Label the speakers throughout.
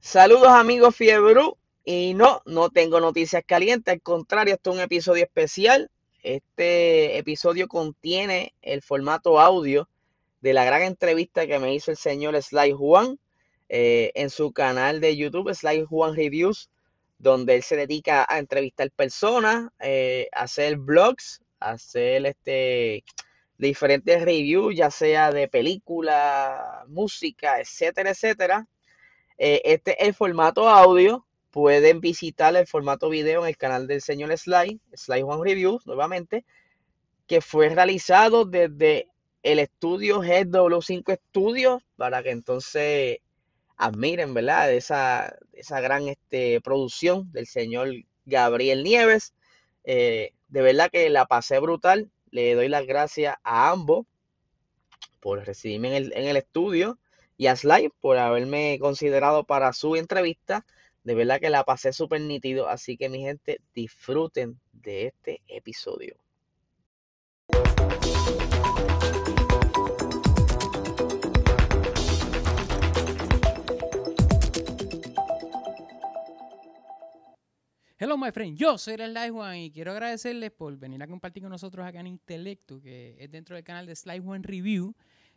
Speaker 1: Saludos amigos Fiebru. Y no, no tengo noticias calientes. Al contrario, esto es un episodio especial. Este episodio contiene el formato audio de la gran entrevista que me hizo el señor Sly Juan eh, en su canal de YouTube, Sly Juan Reviews, donde él se dedica a entrevistar personas, eh, hacer blogs, hacer este diferentes reviews, ya sea de película, música, etcétera, etcétera. Eh, este es el formato audio. Pueden visitar el formato video en el canal del señor Sly, Sly Juan Reviews, nuevamente, que fue realizado desde el estudio GW5 Studios, para que entonces admiren, ¿verdad? Esa, esa gran este, producción del señor Gabriel Nieves. Eh, de verdad que la pasé brutal. Le doy las gracias a ambos por recibirme en el, en el estudio y a Sly por haberme considerado para su entrevista. De verdad que la pasé súper nítido, así que mi gente disfruten de este episodio.
Speaker 2: Hello, my friend. Yo soy el Sly Juan y quiero agradecerles por venir a compartir con nosotros acá en Intelecto, que es dentro del canal de Sly Juan Review.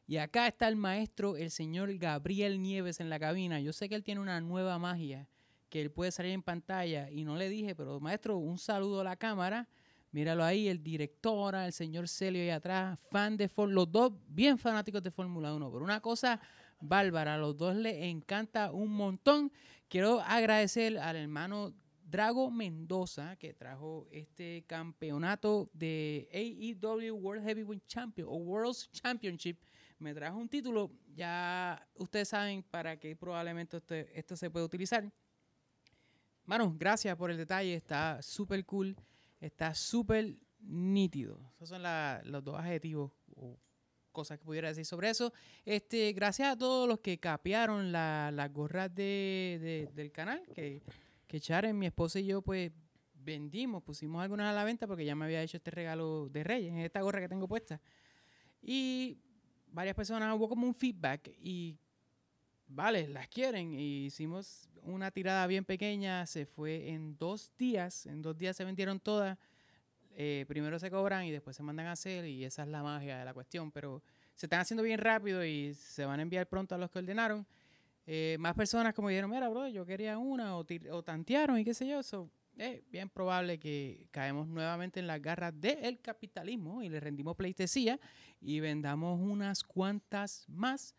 Speaker 2: Y acá está el maestro, el señor Gabriel Nieves en la cabina. Yo sé que él tiene una nueva magia, que él puede salir en pantalla y no le dije, pero maestro, un saludo a la cámara. Míralo ahí, el directora, el señor Celio ahí atrás, fan de Fórmula, los dos bien fanáticos de Fórmula 1, pero una cosa bárbara, a los dos les encanta un montón. Quiero agradecer al hermano Drago Mendoza, que trajo este campeonato de AEW World Heavyweight Champion o World's Championship me trajo un título. Ya ustedes saben para qué probablemente esto, esto se puede utilizar. Mano, gracias por el detalle. Está súper cool. Está súper nítido. Esos son la, los dos adjetivos o cosas que pudiera decir sobre eso. Este, gracias a todos los que capearon las la gorras de, de, del canal. Que, que Charen, mi esposa y yo, pues vendimos, pusimos algunas a la venta porque ya me había hecho este regalo de Reyes, esta gorra que tengo puesta. Y varias personas hubo como un feedback y vale, las quieren. Y hicimos una tirada bien pequeña, se fue en dos días, en dos días se vendieron todas. Eh, primero se cobran y después se mandan a hacer y esa es la magia de la cuestión, pero se están haciendo bien rápido y se van a enviar pronto a los que ordenaron. Eh, más personas como dijeron, mira, bro, yo quería una o, o tantearon y qué sé yo, eso eh, bien probable que caemos nuevamente en las garras del capitalismo y le rendimos pleitesía y vendamos unas cuantas más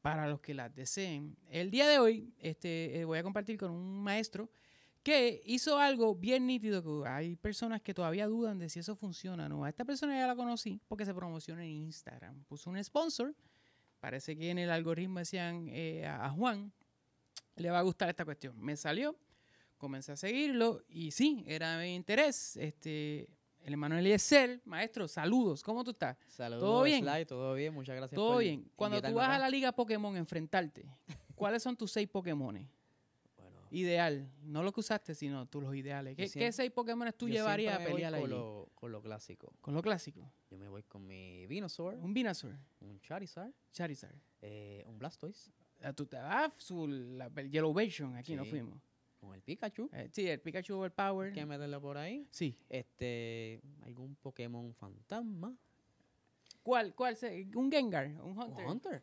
Speaker 2: para los que las deseen. El día de hoy este, eh, voy a compartir con un maestro que hizo algo bien nítido, que hay personas que todavía dudan de si eso funciona o no. A esta persona ya la conocí porque se promociona en Instagram. Puso un sponsor, parece que en el algoritmo decían eh, a Juan, le va a gustar esta cuestión. Me salió comencé a seguirlo y sí, era de interés. Este, el hermano Eliezer, maestro, saludos, ¿cómo tú estás?
Speaker 3: Saludos,
Speaker 2: ¿Todo bien?
Speaker 3: Sly, todo bien, muchas gracias.
Speaker 2: Todo
Speaker 3: por
Speaker 2: bien. Cuando tú
Speaker 3: invitarnos
Speaker 2: vas a
Speaker 3: acá.
Speaker 2: la liga Pokémon a enfrentarte, ¿cuáles son tus seis Pokémones?
Speaker 3: Bueno,
Speaker 2: Ideal, no los que usaste, sino tus los ideales. ¿Qué,
Speaker 3: Yo siem-
Speaker 2: qué seis Pokémones tú
Speaker 3: yo
Speaker 2: llevarías a
Speaker 3: siempre me voy
Speaker 2: pelear ahí?
Speaker 3: con lo, con lo clásico.
Speaker 2: Con lo clásico.
Speaker 3: Yo me voy con mi Venusaur,
Speaker 2: Un Venusaur,
Speaker 3: un Charizard,
Speaker 2: Charizard.
Speaker 3: eh, un Blastoise,
Speaker 2: Ah, Tú te vas, su, la, el Yellowbation, aquí nos
Speaker 3: Sí.
Speaker 2: fuimos.
Speaker 3: con el Pikachu.
Speaker 2: Eh, sí, el Pikachu Overpower.
Speaker 3: Hay que meterlo por ahí.
Speaker 2: Sí.
Speaker 3: Este, algún Pokémon fantasma.
Speaker 2: ¿Cuál? ¿Cuál? se- ¿Un Gengar? ¿Un
Speaker 3: Un
Speaker 2: Hunter?
Speaker 3: Hunter.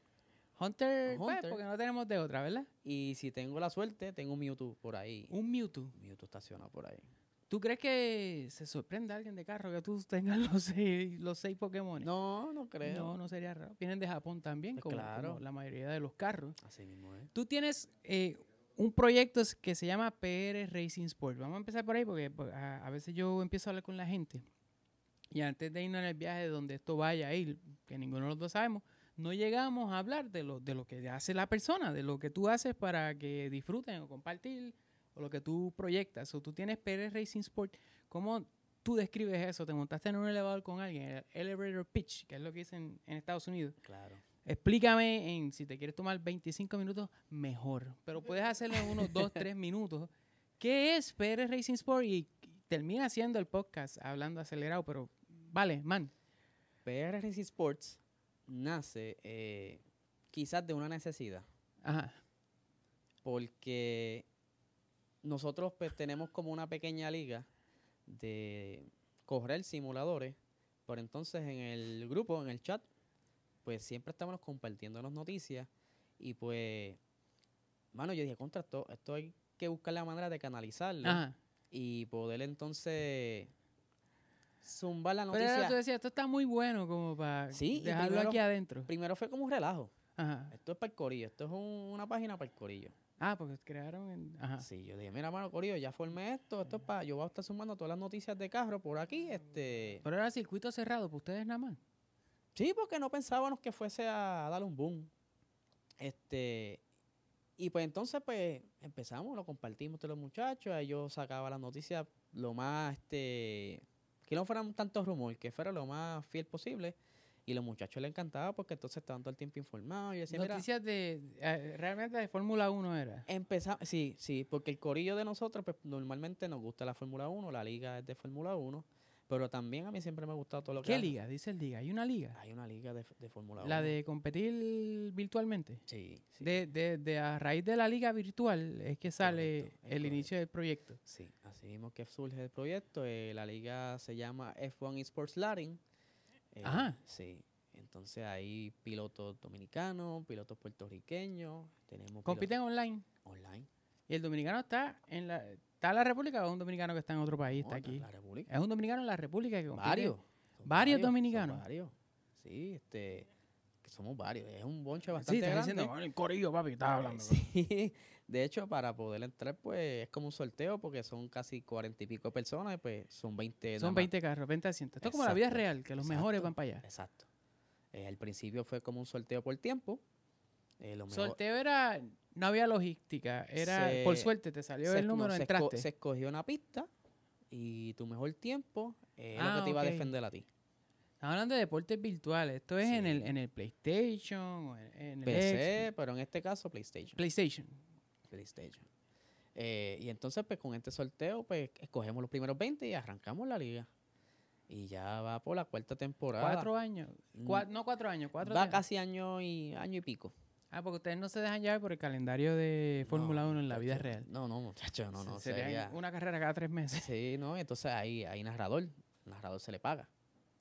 Speaker 2: Hunter,
Speaker 3: Un
Speaker 2: pues,
Speaker 3: Hunter.
Speaker 2: porque no tenemos de otra, ¿verdad?
Speaker 3: Y si tengo la suerte, tengo un Mewtwo por ahí.
Speaker 2: Un Mewtwo.
Speaker 3: Mewtwo estacionado por ahí.
Speaker 2: ¿Tú crees que se sorprenda alguien de carro que tú tengas los seis, los seis Pokémon?
Speaker 3: No, no creo.
Speaker 2: No, no sería raro. Vienen de Japón también,
Speaker 3: Pues
Speaker 2: como,
Speaker 3: claro.
Speaker 2: como la mayoría de los carros.
Speaker 3: Así mismo, ¿eh?
Speaker 2: Tú tienes eh, un proyecto s- que se llama PR Racing Sport. Vamos a empezar por ahí porque pues, a, a veces yo empiezo a hablar con la gente y antes de irnos en el viaje de donde esto vaya a ir, que ninguno de los dos sabemos, no llegamos a hablar de lo, de lo que hace la persona, de lo que tú haces para que disfruten o compartir o lo que tú proyectas. O tú tienes PR Racing Sport. ¿Cómo tú describes eso? ¿Te montaste en un elevador con alguien? El elevator pitch, que es lo que dicen en Estados Unidos.
Speaker 3: Claro.
Speaker 2: Explícame en si te quieres tomar 25 minutos, mejor. Pero puedes hacerlo en unos 2, 3 minutos. ¿Qué es Pérez Racing Sport? Y termina haciendo el podcast hablando acelerado, pero vale, man.
Speaker 3: PRRC Sports nace eh, quizás de una necesidad.
Speaker 2: Ajá.
Speaker 3: porque nosotros pues tenemos como una pequeña liga de correr simuladores, pero entonces en el grupo, en el chat, pues siempre estamos compartiendo las noticias y pues, mano, yo dije, contra esto, esto hay que buscar la manera de canalizarlo
Speaker 2: Ajá.
Speaker 3: y poder entonces zumbar la
Speaker 2: Pero era,
Speaker 3: noticia.
Speaker 2: tú decías, esto está muy bueno como para
Speaker 3: Sí, y
Speaker 2: dejarlo
Speaker 3: primero-
Speaker 2: aquí adentro.
Speaker 3: Primero fue como un relajo.
Speaker 2: Ajá.
Speaker 3: Esto es para el corillo, esto es un- una página para el corillo.
Speaker 2: Ah, porque crearon en... Ajá.
Speaker 3: Sí, yo dije, mira, mano, Corillo, ya formé esto, esto es para, yo voy a estar sumando todas las noticias de carro por aquí, este.
Speaker 2: Pero era circuito cerrado para ustedes nada más.
Speaker 3: Sí, porque no pensábamos que fuese a darle un boom. Este. Y pues entonces, pues, empezamos, lo compartimos entre los muchachos, ahí yo sacaba las noticias lo más, este, que no fueran tantos rumor, que fuera lo más fiel posible. Y los muchachos les encantaba porque entonces estaban todo el tiempo informados. Yo decía, mira,
Speaker 2: Noticias de... eh, realmente de Fórmula 1 era.
Speaker 3: Empezamos, sí, sí, porque el corillo de nosotros, pues normalmente nos gusta la Fórmula 1, la liga es de Fórmula 1, pero también a mí siempre me ha gustado todo lo que.
Speaker 2: ¿Qué
Speaker 3: hace-
Speaker 2: liga? Dices liga. ¿Hay una liga?
Speaker 3: Hay una liga de, de Fórmula 1.
Speaker 2: La de competir virtualmente.
Speaker 3: Sí, sí.
Speaker 2: De, de- de a raíz de la liga virtual es que sale
Speaker 3: Correcto, es
Speaker 2: el inicio del proyecto.
Speaker 3: Sí, así mismo que surge el proyecto, eh, la liga se llama F1 Esports Latin. eh,
Speaker 2: Ajá.
Speaker 3: Sí, entonces hay pilotos dominicanos, pilotos puertorriqueños, tenemos. pilotos
Speaker 2: Compiten online.
Speaker 3: online.
Speaker 2: Y el dominicano está en la... ¿Está en la República o es un dominicano que está en otro país?
Speaker 3: ¿no?
Speaker 2: Está
Speaker 3: La-
Speaker 2: aquí.
Speaker 3: La República.
Speaker 2: Es un dominicano en la República que compite.
Speaker 3: Varios. Son
Speaker 2: varios
Speaker 3: son
Speaker 2: dominicanos.
Speaker 3: Varios. Sí, este, que somos varios. Es un bonche
Speaker 2: Sí,
Speaker 3: bastante
Speaker 2: estás
Speaker 3: grande.
Speaker 2: diciendo, "Bueno, el corillo, papi, estás hablando.
Speaker 3: Sí, de hecho, para poder entrar, pues, es como un sorteo, porque son casi cuarenta y pico personas, y, pues, son 20 nada
Speaker 2: Son
Speaker 3: más.
Speaker 2: 20 carros, 20 asientos. Esto es como la vida
Speaker 3: Exacto,
Speaker 2: real, que los mejores
Speaker 3: exacto.
Speaker 2: van para allá.
Speaker 3: Exacto. Eh, al principio fue como un sorteo por tiempo. eh, lo mejor-
Speaker 2: Sorteo era, no había logística, era por
Speaker 3: Se-
Speaker 2: suerte te salió
Speaker 3: se-
Speaker 2: el
Speaker 3: no,
Speaker 2: número,
Speaker 3: se, esco-
Speaker 2: entraste.
Speaker 3: se escogió una pista y tu mejor tiempo eh, es lo que
Speaker 2: Ah,
Speaker 3: te iba a
Speaker 2: ok.
Speaker 3: defender a ti.
Speaker 2: Estamos hablando de deportes virtuales, esto es en el
Speaker 3: Sí.
Speaker 2: en el PlayStation, o en, en el
Speaker 3: PC,
Speaker 2: Xbox,
Speaker 3: pero en este caso, PlayStation.
Speaker 2: PlayStation.
Speaker 3: PlayStation. Eh, y entonces, pues con este sorteo, pues escogemos los primeros 20 y arrancamos la liga. Y ya va por la cuarta temporada.
Speaker 2: Cuatro años,
Speaker 3: Mm,
Speaker 2: cua- no cuatro años, cuatro
Speaker 3: va
Speaker 2: años.
Speaker 3: casi año y año y pico.
Speaker 2: Ah, porque ustedes no se dejan llevar por el calendario de Fórmula
Speaker 3: No,
Speaker 2: 1 en la vida
Speaker 3: muchacho,
Speaker 2: real.
Speaker 3: No, no, muchachos, no,
Speaker 2: Se-
Speaker 3: no.
Speaker 2: serían
Speaker 3: sería-
Speaker 2: una carrera cada tres meses.
Speaker 3: Sí, no, entonces hay, hay narrador. El narrador se le paga.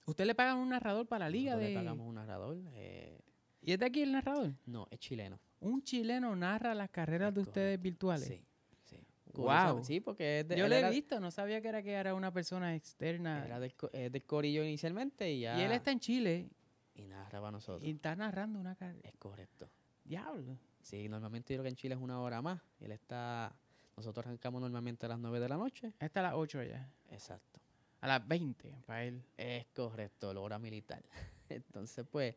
Speaker 2: Usted le pagan un narrador para la liga
Speaker 3: Nosotros
Speaker 2: de...
Speaker 3: le pagamos un narrador. eh,
Speaker 2: ¿Y es de aquí el narrador?
Speaker 3: no, es chileno.
Speaker 2: Un chileno narra las carreras
Speaker 3: Es
Speaker 2: de ustedes virtuales.
Speaker 3: Sí, sí.
Speaker 2: Guau.
Speaker 3: Curiosamente- Sí, porque es de,
Speaker 2: Yo
Speaker 3: él
Speaker 2: lo he
Speaker 3: era,
Speaker 2: visto, no sabía que era que era una persona externa.
Speaker 3: era del, co- es del corillo inicialmente y ya.
Speaker 2: Y él está en Chile
Speaker 3: y narra para nosotros.
Speaker 2: y está narrando una carrera.
Speaker 3: Es correcto.
Speaker 2: Diablo.
Speaker 3: Sí, normalmente yo creo que en Chile es una hora más. Él está. Nosotros arrancamos normalmente a las 9 de la noche.
Speaker 2: Está a las 8 allá.
Speaker 3: Exacto.
Speaker 2: A las 20 para él.
Speaker 3: Es correcto, la hora militar. Entonces, pues,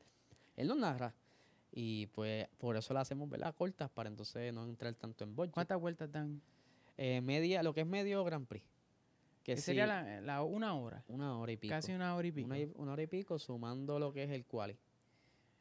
Speaker 3: él nos narra. Y pues, por eso la hacemos, ¿verdad? Cortas para entonces no entrar tanto en boche.
Speaker 2: ¿Cuántas vueltas dan?
Speaker 3: Eh, media, lo que es medio Grand Prix. Que
Speaker 2: Que sería
Speaker 3: sí,
Speaker 2: la, la- una hora.
Speaker 3: una hora y pico.
Speaker 2: Casi una hora y pico.
Speaker 3: Una, y- una hora y pico sumando lo que es el quali.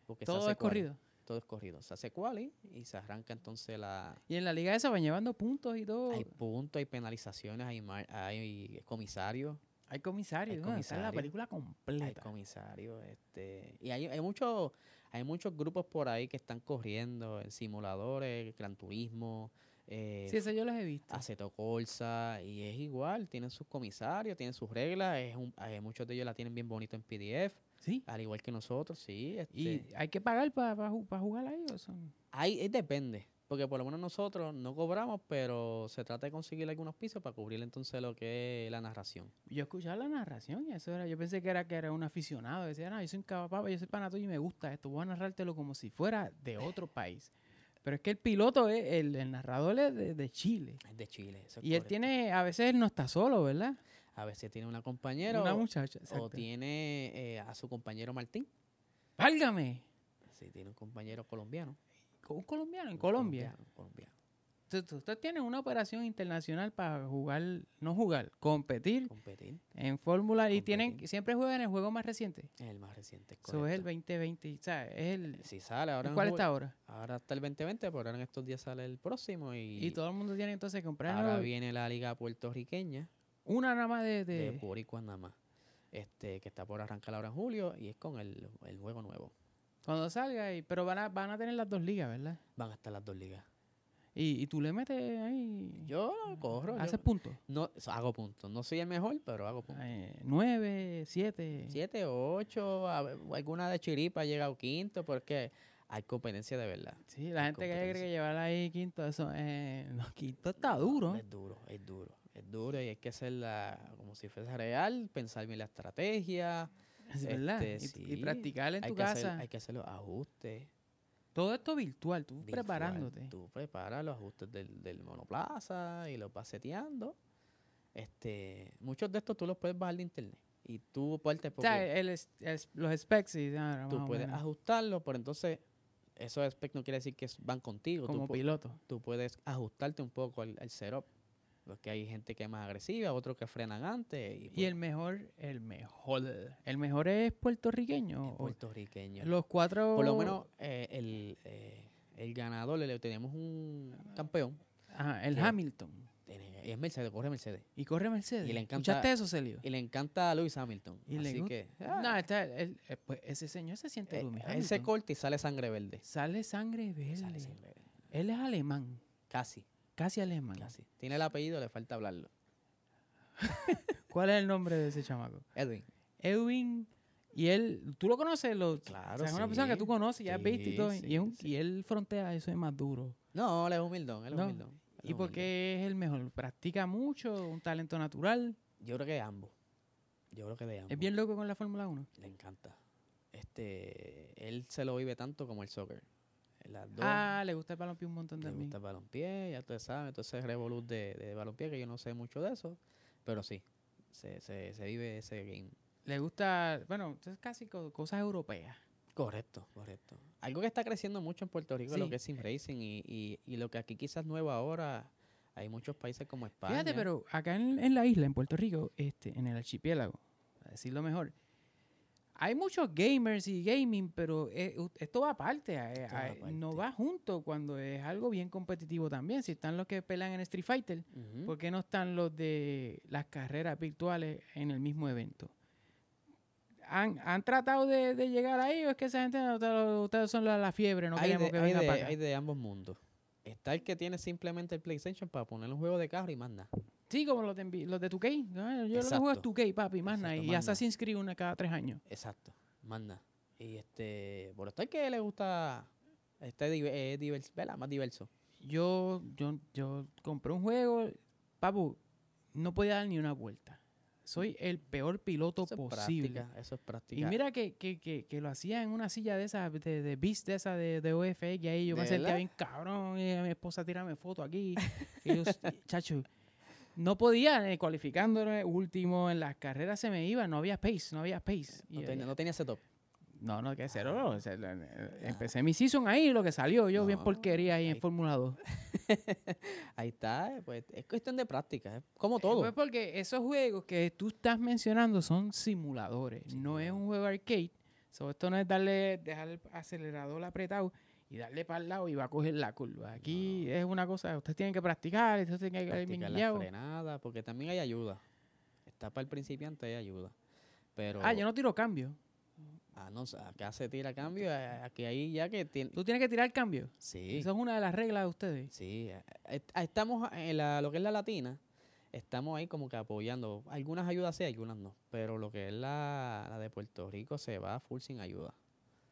Speaker 3: Porque se
Speaker 2: Todo
Speaker 3: hace
Speaker 2: es
Speaker 3: quali,
Speaker 2: corrido.
Speaker 3: Todo es corrido. Se hace quali y se arranca entonces la,
Speaker 2: Y en la liga esa van llevando puntos y todo.
Speaker 3: Hay
Speaker 2: Hay,
Speaker 3: puntos, hay penalizaciones, hay, mar- hay comisarios,
Speaker 2: comisarios.
Speaker 3: hay
Speaker 2: ¿no? Está la
Speaker 3: comisarios.
Speaker 2: película
Speaker 3: hay
Speaker 2: completa.
Speaker 3: comisarios, este, y hay, hay muchos, hay muchos grupos por ahí que están corriendo, en simuladores, Gran Turismo, eh,
Speaker 2: sí, eso yo los he visto.
Speaker 3: Aceto Corsa, y es igual, tienen sus comisarios, tienen sus reglas, es un- hay muchos de ellos la tienen bien bonito en PDF,
Speaker 2: Sí.
Speaker 3: al igual que nosotros, sí, este,
Speaker 2: Y hay que pagar para jugar a ellos.
Speaker 3: hay, eh, depende. Porque por lo menos nosotros no cobramos, pero se trata de conseguir algunos pisos para cubrir entonces lo que es la narración.
Speaker 2: Yo escuchaba la narración y eso era, yo pensé que era que era un aficionado, decía, no, yo soy un cabapapa, yo soy pana tuyo y me gusta esto, voy a narrártelo como si fuera de otro país. Pero es que el piloto, es, el, el narrador es de, de Chile.
Speaker 3: Es de Chile. eso es
Speaker 2: Y él
Speaker 3: correcto.
Speaker 2: tiene, a veces él no está solo, ¿verdad?
Speaker 3: A veces tiene una compañera
Speaker 2: Una
Speaker 3: o,
Speaker 2: muchacha.
Speaker 3: o
Speaker 2: exacto.
Speaker 3: tiene eh, a su compañero Martín.
Speaker 2: Válgame,
Speaker 3: Sí, tiene un compañero colombiano.
Speaker 2: con un colombiano en
Speaker 3: un
Speaker 2: Colombia.
Speaker 3: colombiano, colombiano,
Speaker 2: Tú- tú- Usted tiene una operación internacional para jugar, no jugar, competir
Speaker 3: Competir.
Speaker 2: en Fórmula y tienen,
Speaker 3: Competir.
Speaker 2: siempre juegan el juego más reciente.
Speaker 3: Es el más reciente. es
Speaker 2: Eso es el
Speaker 3: correcto.
Speaker 2: 2020, y, ¿sabes? Es el,
Speaker 3: Si sale ahora. en
Speaker 2: ¿Cuál
Speaker 3: ju-
Speaker 2: está ahora?
Speaker 3: Ahora está el 2020, pero ahora en estos días sale el próximo. Y,
Speaker 2: Y, todo el mundo tiene entonces que comprar
Speaker 3: ahora
Speaker 2: algo.
Speaker 3: viene la liga puertorriqueña
Speaker 2: una nada más de,
Speaker 3: de
Speaker 2: de-
Speaker 3: Boricua nada más. Este, que está por arrancar ahora en julio y es con el, el juego nuevo.
Speaker 2: cuando salga y pero van a, van a tener las dos ligas, ¿verdad?
Speaker 3: Van a estar las dos ligas.
Speaker 2: Y, y tú le metes ahí.
Speaker 3: Yo
Speaker 2: Ah,
Speaker 3: corro. yo-
Speaker 2: haces puntos.
Speaker 3: no, so- hago puntos. No soy el mejor, pero hago puntos.
Speaker 2: Eh, nueve, siete.
Speaker 3: Siete, ocho, a ve- alguna de chiripa ha llegado quinto, porque hay competencia de verdad.
Speaker 2: Sí, la
Speaker 3: Hay
Speaker 2: gente que cree
Speaker 3: competencia.
Speaker 2: que llevar ahí quinto, eso. Eh, no, quinto está duro.
Speaker 3: Es duro, es duro, es duro y hay que hacerla como si fuese real, pensar bien la estrategia,
Speaker 2: Es verdad.
Speaker 3: Este,
Speaker 2: Y- y,
Speaker 3: sí,
Speaker 2: practicar en
Speaker 3: hay
Speaker 2: tu
Speaker 3: que, hacer,
Speaker 2: casa.
Speaker 3: hay que hacer los ajustes.
Speaker 2: Todo esto virtual, tú
Speaker 3: virtual.
Speaker 2: preparándote.
Speaker 3: Tú preparas los ajustes del, del monoplaza y los vas seteando. Este, muchos de estos tú los puedes bajar de internet y tú puedes,
Speaker 2: O sea, el es- es- los specs y ah, más
Speaker 3: tú
Speaker 2: o
Speaker 3: puedes
Speaker 2: menos,
Speaker 3: ajustarlos, pero entonces esos aspectos no quiere decir que es- van contigo. tú
Speaker 2: como
Speaker 3: pu-
Speaker 2: piloto.
Speaker 3: tú puedes ajustarte un poco al, al setup. Porque hay gente que es más agresiva, otros que frenan antes. Y,
Speaker 2: Y el mejor, el mejor, el mejor es puertorriqueño.
Speaker 3: es
Speaker 2: o-
Speaker 3: puertorriqueño.
Speaker 2: Los cuatro.
Speaker 3: Por lo menos eh, el, eh, el ganador, le- le tenemos un campeón.
Speaker 2: Ajá, el
Speaker 3: que-
Speaker 2: Hamilton.
Speaker 3: tiene- Es Mercedes, corre Mercedes.
Speaker 2: Y corre Mercedes.
Speaker 3: Y le encanta-
Speaker 2: ¿Escuchaste eso, Celio?
Speaker 3: Y le encanta a Lewis Hamilton.
Speaker 2: Y le
Speaker 3: así
Speaker 2: gusta-
Speaker 3: que.
Speaker 2: No,
Speaker 3: ah,
Speaker 2: está- el- eh, pues, ese señor se siente
Speaker 3: eh,
Speaker 2: Lewis
Speaker 3: él se
Speaker 2: Hamilton.
Speaker 3: corta y sale sangre verde.
Speaker 2: Sale sangre verde.
Speaker 3: Sale sangre verde.
Speaker 2: Él es alemán,
Speaker 3: Casi,
Speaker 2: casi alemán.
Speaker 3: casi. Tiene el apellido, le falta hablarlo.
Speaker 2: ¿Cuál es el nombre de ese chamaco?
Speaker 3: Edwin.
Speaker 2: Edwin. Y él, tú lo conoces, lo, o
Speaker 3: Claro,
Speaker 2: sea, es una persona que tú
Speaker 3: sí.
Speaker 2: conoces, ya has visto y
Speaker 3: Sí,
Speaker 2: todo. y,
Speaker 3: sí,
Speaker 2: es un-
Speaker 3: sí.
Speaker 2: y él frontea, eso es más duro.
Speaker 3: No, él es humildón, él es
Speaker 2: No,
Speaker 3: humildón. él es
Speaker 2: ¿Y por
Speaker 3: humildón.
Speaker 2: qué es el mejor? Practica mucho, un talento natural.
Speaker 3: Yo creo que de ambos. Yo creo que de ambos.
Speaker 2: Es bien loco con la Fórmula 1.
Speaker 3: Le encanta. Este, él se lo vive tanto como el soccer. Las dos.
Speaker 2: Ah, le gusta el balompié un montón
Speaker 3: le
Speaker 2: también.
Speaker 3: gusta el balompié, ya ustedes saben. Entonces, Revolut de, de balompié, que yo no sé mucho de eso. Pero sí, se, se, se vive ese game.
Speaker 2: Le gusta, bueno, es casi co- cosas europeas.
Speaker 3: Correcto, correcto. Algo que está creciendo mucho en Puerto Rico es
Speaker 2: Sí.
Speaker 3: lo que es sim racing y, y, y lo que aquí quizás nuevo ahora. Hay muchos países como España.
Speaker 2: Fíjate, pero acá en, en la isla, en Puerto Rico, este, en el archipiélago, a decirlo mejor, hay muchos gamers y gaming, pero eh, u- esto va aparte, eh,
Speaker 3: Esto va
Speaker 2: eh, no
Speaker 3: aparte.
Speaker 2: va junto cuando es algo bien competitivo también. Si están los que pelean en Street Fighter,
Speaker 3: Ujú.
Speaker 2: ¿por qué no están los de las carreras virtuales en el mismo evento? ¿Han, han tratado de, de llegar ahí o es que esa gente, no, ustedes- ustedes son la, la fiebre, no
Speaker 3: hay,
Speaker 2: queremos
Speaker 3: de,
Speaker 2: que
Speaker 3: hay
Speaker 2: venga
Speaker 3: de-
Speaker 2: para acá?
Speaker 3: hay de ambos mundos. Está el que tiene simplemente el PlayStation para poner un juego de carro y más nada.
Speaker 2: Sí, como los de, Envi- los de 2K. ¿no? Yo lo que juego es
Speaker 3: Exacto.
Speaker 2: 2K, papi, más nada.
Speaker 3: Exacto,
Speaker 2: Y
Speaker 3: más
Speaker 2: Assassin's Creed una cada tres años.
Speaker 3: Exacto, más nada. Y este, por esto es que le gusta, este di- eh, divers- ¿verdad? más diverso.
Speaker 2: Yo, yo, yo compré un juego, papu, no podía dar ni una vuelta. Soy el peor piloto
Speaker 3: Eso es
Speaker 2: posible.
Speaker 3: práctica, eso es práctica.
Speaker 2: Y mira que, que, que, que lo hacía en una silla de esas, de, de Beast, de esa de, de OFX, y ahí yo me
Speaker 3: ¿De
Speaker 2: sentía
Speaker 3: verdad?
Speaker 2: bien cabrón, y mi esposa tirame foto aquí. y yo, chacho, no podía, eh, cualificándome último, en las carreras se me iba, no había pace, no había pace. Y
Speaker 3: Eh, no,
Speaker 2: yo,
Speaker 3: tenía, no tenía setup.
Speaker 2: No, no, que cero. no, o sea, la- la- empecé mi season ahí y lo que salió yo bien
Speaker 3: No,
Speaker 2: porquería ahí en
Speaker 3: ahí-
Speaker 2: Fórmula 2.
Speaker 3: Ahí está, eh, pues es cuestión de práctica, es como
Speaker 2: Todo.
Speaker 3: todo.
Speaker 2: Pues porque esos juegos que tú estás mencionando son simuladores, no es un juego arcade. So, esto no es darle, dejar el acelerador apretado y darle para el lado y va a coger la curva. Aquí es una cosa, ustedes tienen que practicar, ustedes tienen que caer bien
Speaker 3: Practicar la
Speaker 2: guiados.
Speaker 3: frenada, porque también hay ayuda. Está para el principiante, hay ayuda. Pero
Speaker 2: Ah, yo no tiro cambio.
Speaker 3: ah, no, acá se tira cambio, eh, aquí hay ya que tiene...
Speaker 2: Tú tienes que tirar cambio.
Speaker 3: Sí,
Speaker 2: Eso es una de las reglas de ustedes.
Speaker 3: sí. eh, est- ah, Estamos en la- lo que es la latina, estamos ahí como que apoyando. Algunas ayudas sí, algunas no. Pero lo que es la, la de Puerto Rico se va full sin ayuda.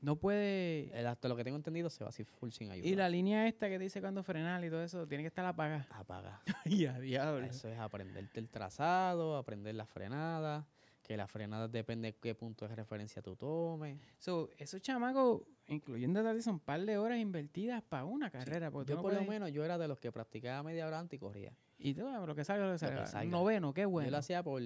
Speaker 2: No puede...
Speaker 3: El- hasta lo que tengo entendido se va así full sin ayuda.
Speaker 2: Y la línea esta que te dice cuando frenar y todo eso, tiene que estar apagada.
Speaker 3: Apaga.
Speaker 2: Y a diablo.
Speaker 3: Eso es aprenderte el trazado, aprender las frenadas, que las frenadas depende de qué punto de referencia tú tomes.
Speaker 2: So, esos chamacos, incluyendo a Tati, son un par de horas invertidas para una carrera. porque Pues tú
Speaker 3: Yo
Speaker 2: no
Speaker 3: por lo
Speaker 2: puedes-
Speaker 3: menos yo era de los que practicaba media hora antes y corría.
Speaker 2: Y tú, ah, lo que salga, lo que salga.
Speaker 3: salga.
Speaker 2: Noveno, qué bueno.
Speaker 3: Yo lo hacía por,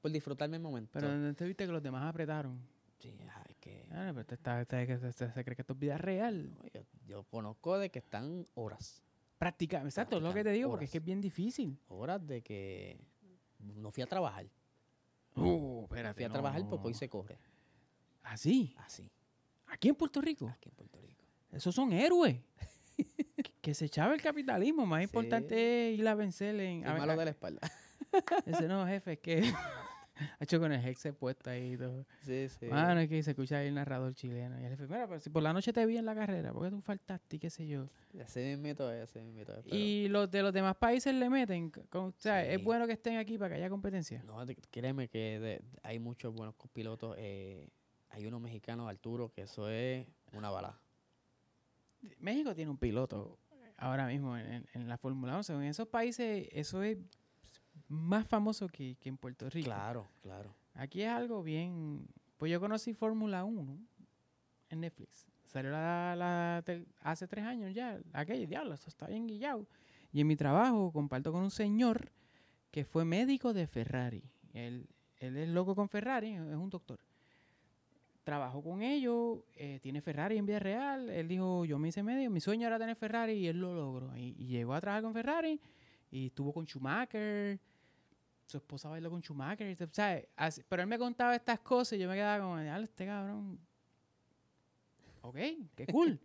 Speaker 3: por disfrutarme el momento.
Speaker 2: Pero donde te viste que los demás apretaron.
Speaker 3: sí, ah, es que
Speaker 2: Ah, pero te está- te- te- te- se cree que esto es vida real.
Speaker 3: no, yo, yo conozco de que están horas,
Speaker 2: Practica, exacto, es lo que te
Speaker 3: Practican
Speaker 2: digo, porque es
Speaker 3: horas.
Speaker 2: que es bien difícil.
Speaker 3: horas de que no fui a trabajar.
Speaker 2: Uh,
Speaker 3: No
Speaker 2: espérate.
Speaker 3: fui a trabajar porque hoy se corre.
Speaker 2: Así,
Speaker 3: Así,
Speaker 2: ¿Ah, aquí en Puerto Rico.
Speaker 3: aquí en Puerto Rico.
Speaker 2: Esos son héroes. que, que se echaba el capitalismo. Más
Speaker 3: Sí.
Speaker 2: importante es ir a vencer en. a-
Speaker 3: Y malo
Speaker 2: a-
Speaker 3: de la espalda.
Speaker 2: Ese no, jefe, es que Ha hecho con el headset puesto ahí y todo.
Speaker 3: Sí, sí.
Speaker 2: Mano, es que se escucha ahí el narrador chileno. Y el jefe, mira, pero si por la noche te vi en la carrera, ¿por qué tú faltaste? y qué sé yo?
Speaker 3: Así mismito es, así mismito es. pero-
Speaker 2: Y los de los demás países le meten. c- con- o sea, es
Speaker 3: Sí.
Speaker 2: bueno que estén aquí para que haya competencia.
Speaker 3: No, de- créeme que de- hay muchos buenos copilotos. eh, hay uno mexicano, Arturo, que eso es una bala.
Speaker 2: México tiene un piloto ahora mismo en, en- en la Fórmula 11. En esos países eso es más famoso que, que en Puerto Rico.
Speaker 3: Claro, claro.
Speaker 2: Aquí es algo bien. Pues yo conocí Fórmula 1 en Netflix. Salió la, la tel- hace tres años ya. Aquello, diablo, esto está bien guillado. Y en mi trabajo comparto con un señor que fue médico de Ferrari. Él, él es loco con Ferrari, es un doctor. Trabajó con ellos, eh, tiene Ferrari en vida real. Él dijo, yo me hice médico, mi sueño era tener Ferrari y él lo logró. Y, y llegó a trabajar con Ferrari y estuvo con Schumacher. Su esposa bailó con Schumacher. y se- ¿sabes? Así- pero él me contaba estas cosas y yo me quedaba como, "Diablo, este cabrón. Ok, qué cool.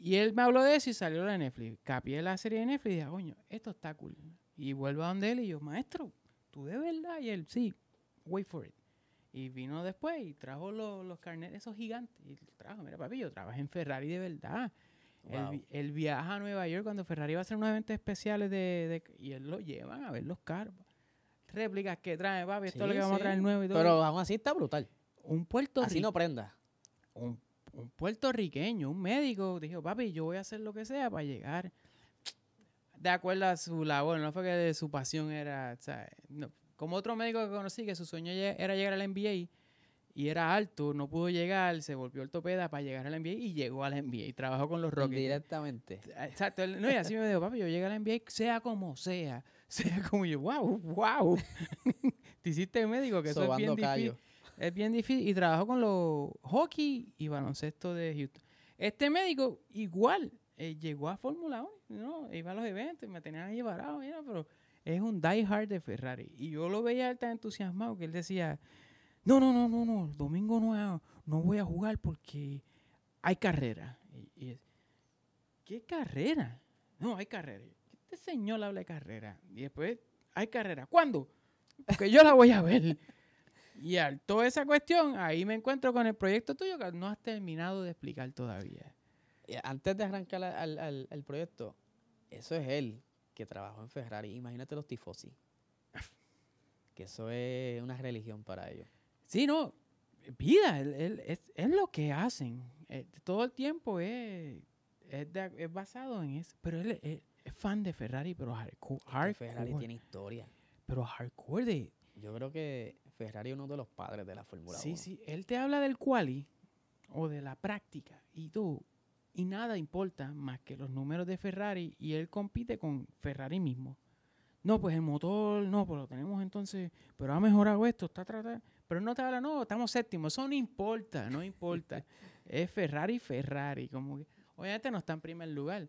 Speaker 2: y él me habló de eso y salió la Netflix. Capié la serie de Netflix y dije, "Ah, coño, esto está cool. Y vuelvo a donde él y yo, maestro, tú de verdad. Y él, sí, wait for it. Y vino después y trajo los, los carnets esos gigantes. Y trajo, mira, papi, yo trabajé en Ferrari de verdad. Él,
Speaker 3: Wow.
Speaker 2: vi- él viaja a Nueva York cuando Ferrari va a hacer unos eventos especiales de, de- y él lo llevan a ver los carros. Réplicas que trae, papi, esto es lo
Speaker 3: Sí,
Speaker 2: que vamos
Speaker 3: sí.
Speaker 2: a traer nuevo y todo.
Speaker 3: Pero aún así está brutal.
Speaker 2: un Puerto
Speaker 3: Así
Speaker 2: Rico-
Speaker 3: no prenda.
Speaker 2: un, un puertorriqueño, un médico, dijo, papi, yo voy a hacer lo que sea para llegar. De acuerdo a su labor, no fue que de su pasión era, ¿sabes? No. Como otro médico que conocí, que su sueño ye- era llegar al NBA y era alto, no pudo llegar, se volvió ortopeda para llegar al NBA y llegó al NBA y trabajó con los Rockets.
Speaker 3: Directamente.
Speaker 2: Ah, Exacto, él- no, y así me dijo, papi, yo llegué al NBA, sea como sea, sea como yo, wow, wow. Te hiciste médico, que eso es bien
Speaker 3: Sobando
Speaker 2: difícil.
Speaker 3: callo.
Speaker 2: Es bien difícil. Y trabajó con los hockey y baloncesto de Houston. Este médico, igual, eh, llegó a Fórmula 1, ¿no? Iba a los eventos y me tenían ahí varado, mira, pero es un diehard de Ferrari. Y yo lo veía tan entusiasmado que él decía, no, no, no, no, no, el domingo no, ha- no voy a jugar porque hay carrera. Y- y es, ¿Qué carrera? No, hay carrera. Este señor habla de carrera. Y después, ¿hay carrera? ¿Cuándo? Porque yo la voy a ver. Y al toda esa cuestión, ahí me encuentro con el proyecto tuyo que no has terminado de explicar todavía.
Speaker 3: Eh, Antes de arrancar al, al- al- al proyecto, eso es él que trabajó en Ferrari. Imagínate los tifosi. Que eso es una religión para ellos.
Speaker 2: Sí, no, vida, el- el- es, es lo que hacen. Eh, todo el tiempo es, es, de- es basado en eso. Pero él es, es fan de Ferrari, pero hardco-
Speaker 3: Es que
Speaker 2: hardcore.
Speaker 3: Ferrari tiene historia.
Speaker 2: Pero hardcore de...
Speaker 3: Yo creo que Ferrari es uno de los padres de la Fórmula
Speaker 2: Sí,
Speaker 3: 1.
Speaker 2: sí, él te habla del quali o de la práctica y tú. Y nada importa más que los números de Ferrari y él compite con Ferrari mismo. No, pues el motor, no, pues lo tenemos entonces, pero ha mejorado esto, está tratando. Pero no te habla, no, estamos séptimo, eso no importa, no importa. es Ferrari, Ferrari, como que. Obviamente no está en primer lugar.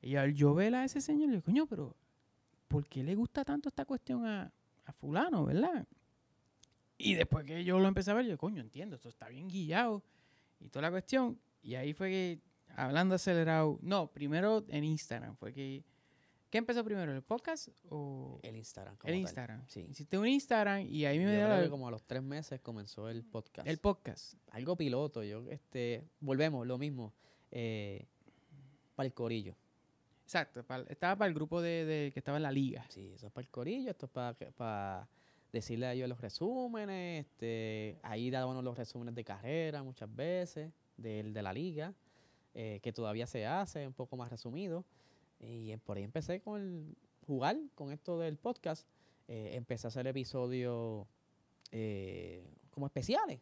Speaker 2: Y al yo ver a ese señor, le digo, coño, pero ¿por qué le gusta tanto esta cuestión a, a fulano, verdad? Y después que yo lo empecé a ver, yo, coño, entiendo, esto está bien guillado y toda la cuestión. Y ahí fue que, hablando acelerado, no, primero en Instagram, fue que, ¿qué empezó primero, el podcast o el,
Speaker 3: El Instagram. como tal.
Speaker 2: Instagram?
Speaker 3: sí.
Speaker 2: Hiciste un Instagram y ahí
Speaker 3: Yo
Speaker 2: me dio
Speaker 3: creo
Speaker 2: la-
Speaker 3: que como a los tres meses comenzó el podcast.
Speaker 2: el podcast.
Speaker 3: Algo piloto. Yo, este, volvemos, lo mismo. eh, para el corillo.
Speaker 2: Exacto, pa'l- estaba para el grupo de, de- que estaba en la liga.
Speaker 3: Sí, eso es para el corillo, esto es para, decirle a ellos los resúmenes, este, ahí dábamos los resúmenes de carrera muchas veces, del de la liga, eh, que todavía se hace, un poco más resumido. Y eh, por ahí empecé con el- jugar con esto del podcast. eh, empecé a hacer episodios eh, como especiales,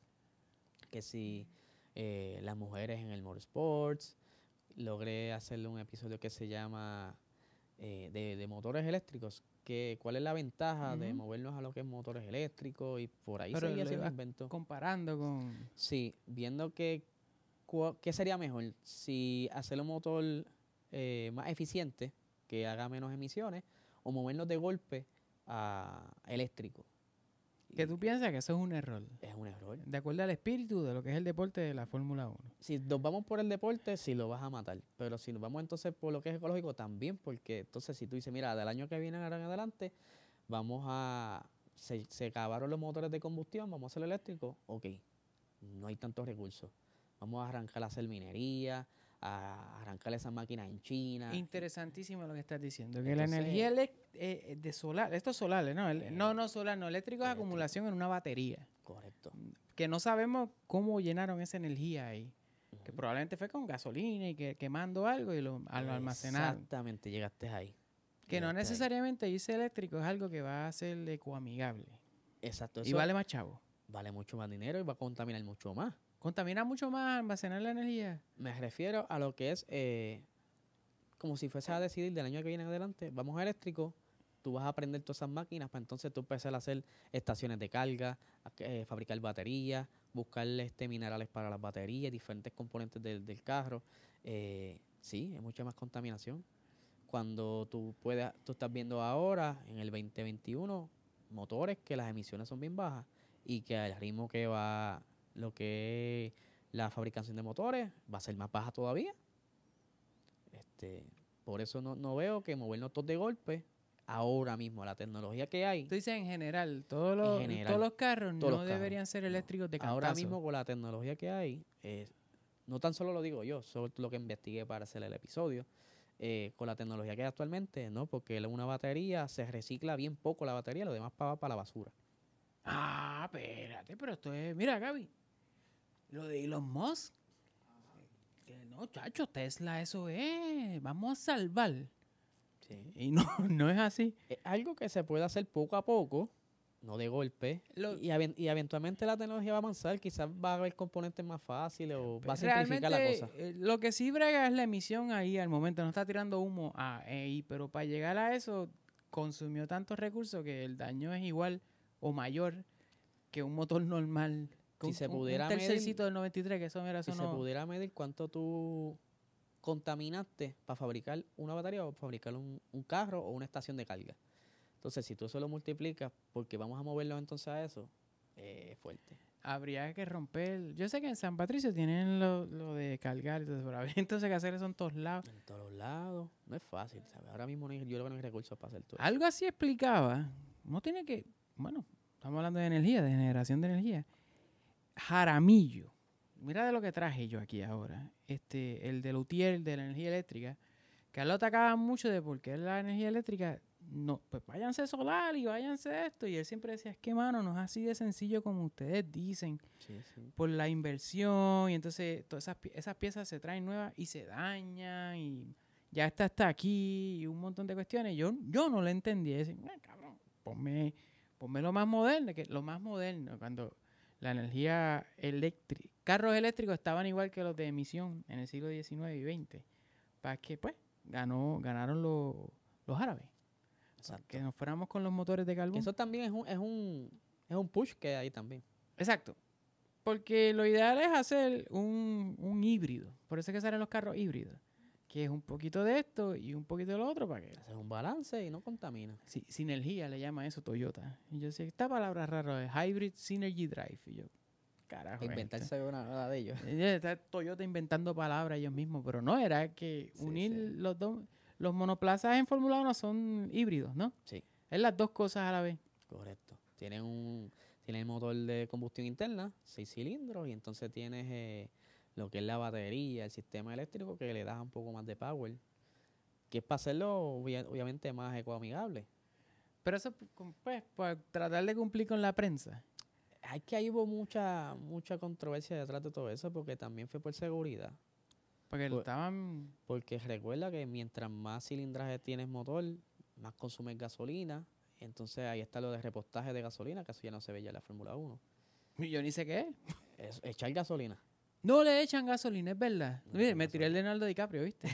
Speaker 3: que si eh, las mujeres en el motorsports, logré hacerle un episodio que se llama eh, de, de motores eléctricos, que cuál es la ventaja de
Speaker 2: Ujú.
Speaker 3: movernos a lo que es motores eléctricos y por ahí
Speaker 2: Pero
Speaker 3: seguí
Speaker 2: le
Speaker 3: haciendo
Speaker 2: vas
Speaker 3: inventos.
Speaker 2: Comparando con...
Speaker 3: Sí, viendo que cua- qué sería mejor si hacer un motor eh, más eficiente, que haga menos emisiones, o movernos de golpe a eléctrico.
Speaker 2: Que
Speaker 3: Y
Speaker 2: tú piensas que eso es un error,
Speaker 3: Es un error.
Speaker 2: de acuerdo al espíritu de lo que es el deporte de la Fórmula 1.
Speaker 3: Si nos vamos por el deporte, sí lo vas a matar. Pero si nos vamos entonces por lo que es ecológico, también, porque entonces si tú dices, mira, del año que viene ahora en adelante, vamos a se, se acabaron los motores de combustión, vamos a hacerlo eléctrico. Ok, no hay tantos recursos. Vamos a arrancar a hacer minería, a arrancar esas máquinas en China.
Speaker 2: Interesantísimo lo que estás diciendo. Que la
Speaker 3: Ah. Entonces-
Speaker 2: energía elec- eh, de solar, esto es solar, ¿no? El-
Speaker 3: Eh,
Speaker 2: no, no solar, no, eléctrico es
Speaker 3: eléctrico.
Speaker 2: acumulación en una batería.
Speaker 3: Correcto.
Speaker 2: Que no sabemos cómo llenaron esa energía ahí. Que
Speaker 3: Ujú.
Speaker 2: probablemente fue con gasolina y que quemando algo y lo, al almacenar.
Speaker 3: Exactamente, llegaste ahí.
Speaker 2: Que no
Speaker 3: Llegaste ahí.
Speaker 2: necesariamente irse eléctrico es algo que va a ser ecoamigable.
Speaker 3: Exacto,
Speaker 2: Y
Speaker 3: eso
Speaker 2: vale
Speaker 3: vale...
Speaker 2: más chavo.
Speaker 3: mucho más dinero y va a contaminar mucho más.
Speaker 2: Contamina mucho más almacenar la energía.
Speaker 3: Me refiero a lo que es eh, como si fuese a decidir del año que viene en adelante, vamos a eléctrico, tú vas a aprender todas esas máquinas para entonces tú empezar a hacer estaciones de carga, a que- eh, fabricar baterías, buscar este, minerales para las baterías, diferentes componentes del, del carro. Eh, sí, es mucha más contaminación. Cuando tú, puedas, tú estás viendo ahora, en el 2021, motores que las emisiones son bien bajas y que al ritmo que va lo que es la fabricación de motores va a ser más baja todavía. Este, por eso no, no veo que movernos todos de golpe ahora mismo. La tecnología que hay,
Speaker 2: Tú dices en general, todos los,
Speaker 3: general,
Speaker 2: todos los carros
Speaker 3: todos
Speaker 2: no
Speaker 3: los carros,
Speaker 2: deberían ser
Speaker 3: no.
Speaker 2: eléctricos de cantazo.
Speaker 3: este ahora mismo con la tecnología que hay, eh, no tan solo lo digo yo, solo lo que investigué para hacer el episodio, eh, con la tecnología que hay actualmente, ¿no? Porque la- una batería se recicla bien poco la batería, lo demás pa- va para la basura.
Speaker 2: Ah, espérate, pero esto es. Mira, Gaby. Lo de Elon Musk. Que no, chacho, Tesla, eso es. Vamos a salvar. Y no, no es así.
Speaker 3: Es Eh, algo que se puede hacer poco a poco, no de golpe,
Speaker 2: Lo-
Speaker 3: y, aven- y eventualmente la tecnología va a avanzar, quizás va a haber componentes más fáciles o va a simplificar la
Speaker 2: Realmente,
Speaker 3: cosa.
Speaker 2: eh, lo que sí brega es la emisión ahí al momento. No está tirando humo a EI, pero para llegar a eso consumió tantos recursos que el daño es igual o mayor que un motor normal. que
Speaker 3: Si
Speaker 2: un-
Speaker 3: se
Speaker 2: un-
Speaker 3: pudiera
Speaker 2: un
Speaker 3: medir-
Speaker 2: tercercito del 93, que eso, mira, eso
Speaker 3: Si se
Speaker 2: no-
Speaker 3: pudiera medir cuánto tú contaminaste para fabricar una batería o fabricar un, un carro o una estación de carga. Entonces, si tú eso lo multiplicas, porque vamos a moverlo entonces a eso, eh, es fuerte.
Speaker 2: Habría que romper. Yo sé que en San Patricio tienen lo, lo de cargar, y todo eso, pero habría entonces que hacer eso en todos lados.
Speaker 3: En todos lados, Ah, no es fácil, ¿sabes? Ahora mismo no hay- yo creo que no hay recursos para hacer todo eso.
Speaker 2: Algo así explicaba. No tiene que. Bueno, estamos hablando de energía, de generación de energía. Jaramillo. Mira de lo que traje yo aquí ahora. Este, el de Lutier, de la energía eléctrica. Que lo atacaban mucho de por qué la energía eléctrica. No, pues váyanse solar y váyanse esto. Y él siempre decía, es que mano, no es así de sencillo como ustedes dicen.
Speaker 3: Sí, sí.
Speaker 2: por la inversión y entonces todas esas, pie- esas piezas se traen nuevas y se dañan y ya está hasta aquí y un montón de cuestiones. Yo, yo no lo entendí. Dicen, "Ah, cabrón, ponme, ponme lo más moderno, que lo más moderno cuando la energía eléctrica, carros eléctricos estaban igual que los de emisión en el siglo XIX y XX, para que pues ganó, ganaron los, los árabes, pa'
Speaker 3: Exacto.
Speaker 2: que nos fuéramos con los motores de
Speaker 3: Que
Speaker 2: carbón.
Speaker 3: Eso también es un, es un, es un push que hay también.
Speaker 2: Exacto. Porque lo ideal es hacer un, un híbrido. Por eso es que salen los carros híbridos. Que es un poquito de esto y un poquito de lo otro para que.
Speaker 3: Haces un balance y no contamina.
Speaker 2: si- sinergia le llama eso Toyota. Y yo decía, esta palabra rara es Hybrid Synergy Drive. Y yo, carajo.
Speaker 3: Inventarse una hora de ellos.
Speaker 2: esto. Eh, Está Toyota inventando palabras ellos mismos, pero no, era que
Speaker 3: Sí,
Speaker 2: unir
Speaker 3: sí.
Speaker 2: los dos. Los monoplazas en Fórmula 1 son híbridos, ¿no?
Speaker 3: Sí.
Speaker 2: Es las dos cosas a la vez.
Speaker 3: Correcto. Tienen un, tiene el motor de combustión interna, seis cilindros, y entonces tienes eh, lo que es la batería, el sistema eléctrico que le da un poco más de power, que es para hacerlo obvia- obviamente más ecoamigable.
Speaker 2: Pero eso, pues, pues, para tratar de cumplir con la prensa.
Speaker 3: Hay que ahí hubo mucha, mucha controversia detrás de todo eso, porque también fue por seguridad.
Speaker 2: Porque lo
Speaker 3: Pues-
Speaker 2: estaban.
Speaker 3: Porque recuerda que mientras más cilindraje tienes motor, más consumes gasolina. Entonces ahí está lo de repostaje de gasolina, que eso ya no se ve ya en la Fórmula 1.
Speaker 2: Yo ni sé qué es.
Speaker 3: Es echar gasolina.
Speaker 2: No le echan gasolina, es verdad.
Speaker 3: No le
Speaker 2: Mire,
Speaker 3: echan
Speaker 2: me tiré el Leonardo DiCaprio, ¿viste?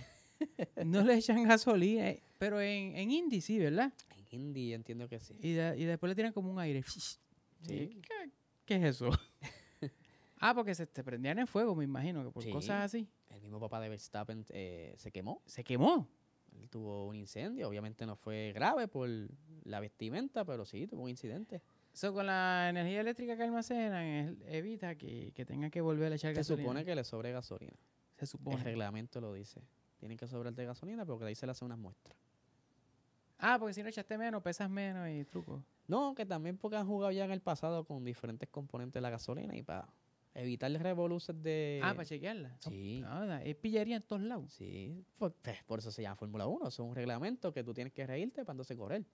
Speaker 2: no le echan gasolina. eh, Pero en, en Indy sí, ¿verdad?
Speaker 3: En Indy entiendo que sí.
Speaker 2: Y, de- y después le tiran como un aire.
Speaker 3: Sí.
Speaker 2: ¿Qué, qué es eso? ah, porque se te prendían en fuego, me imagino, que por
Speaker 3: Sí.
Speaker 2: cosas así.
Speaker 3: El mismo papá de Verstappen eh, se quemó.
Speaker 2: Se quemó.
Speaker 3: Él tuvo un incendio. Obviamente no fue grave por la vestimenta, pero sí tuvo un incidente.
Speaker 2: Eso con la energía eléctrica que almacenan es- evita que, que tengan que volver a echar
Speaker 3: Se
Speaker 2: gasolina.
Speaker 3: supone que le sobre gasolina.
Speaker 2: Se
Speaker 3: El
Speaker 2: supone.
Speaker 3: reglamento lo dice. Tienen que sobrar de gasolina porque de ahí se le hacen unas muestras.
Speaker 2: Ah, porque si no echaste menos, pesas menos y truco.
Speaker 3: No, que también porque han jugado ya en el pasado con diferentes componentes de la gasolina y para evitar revoluciones de...
Speaker 2: ah, para chequearla. Son-
Speaker 3: sí.
Speaker 2: Ah, ¿verdad? es pillería en todos lados.
Speaker 3: Sí, por, pues, por eso se llama Fórmula 1. Es un reglamento que tú tienes que reírte para entonces correr.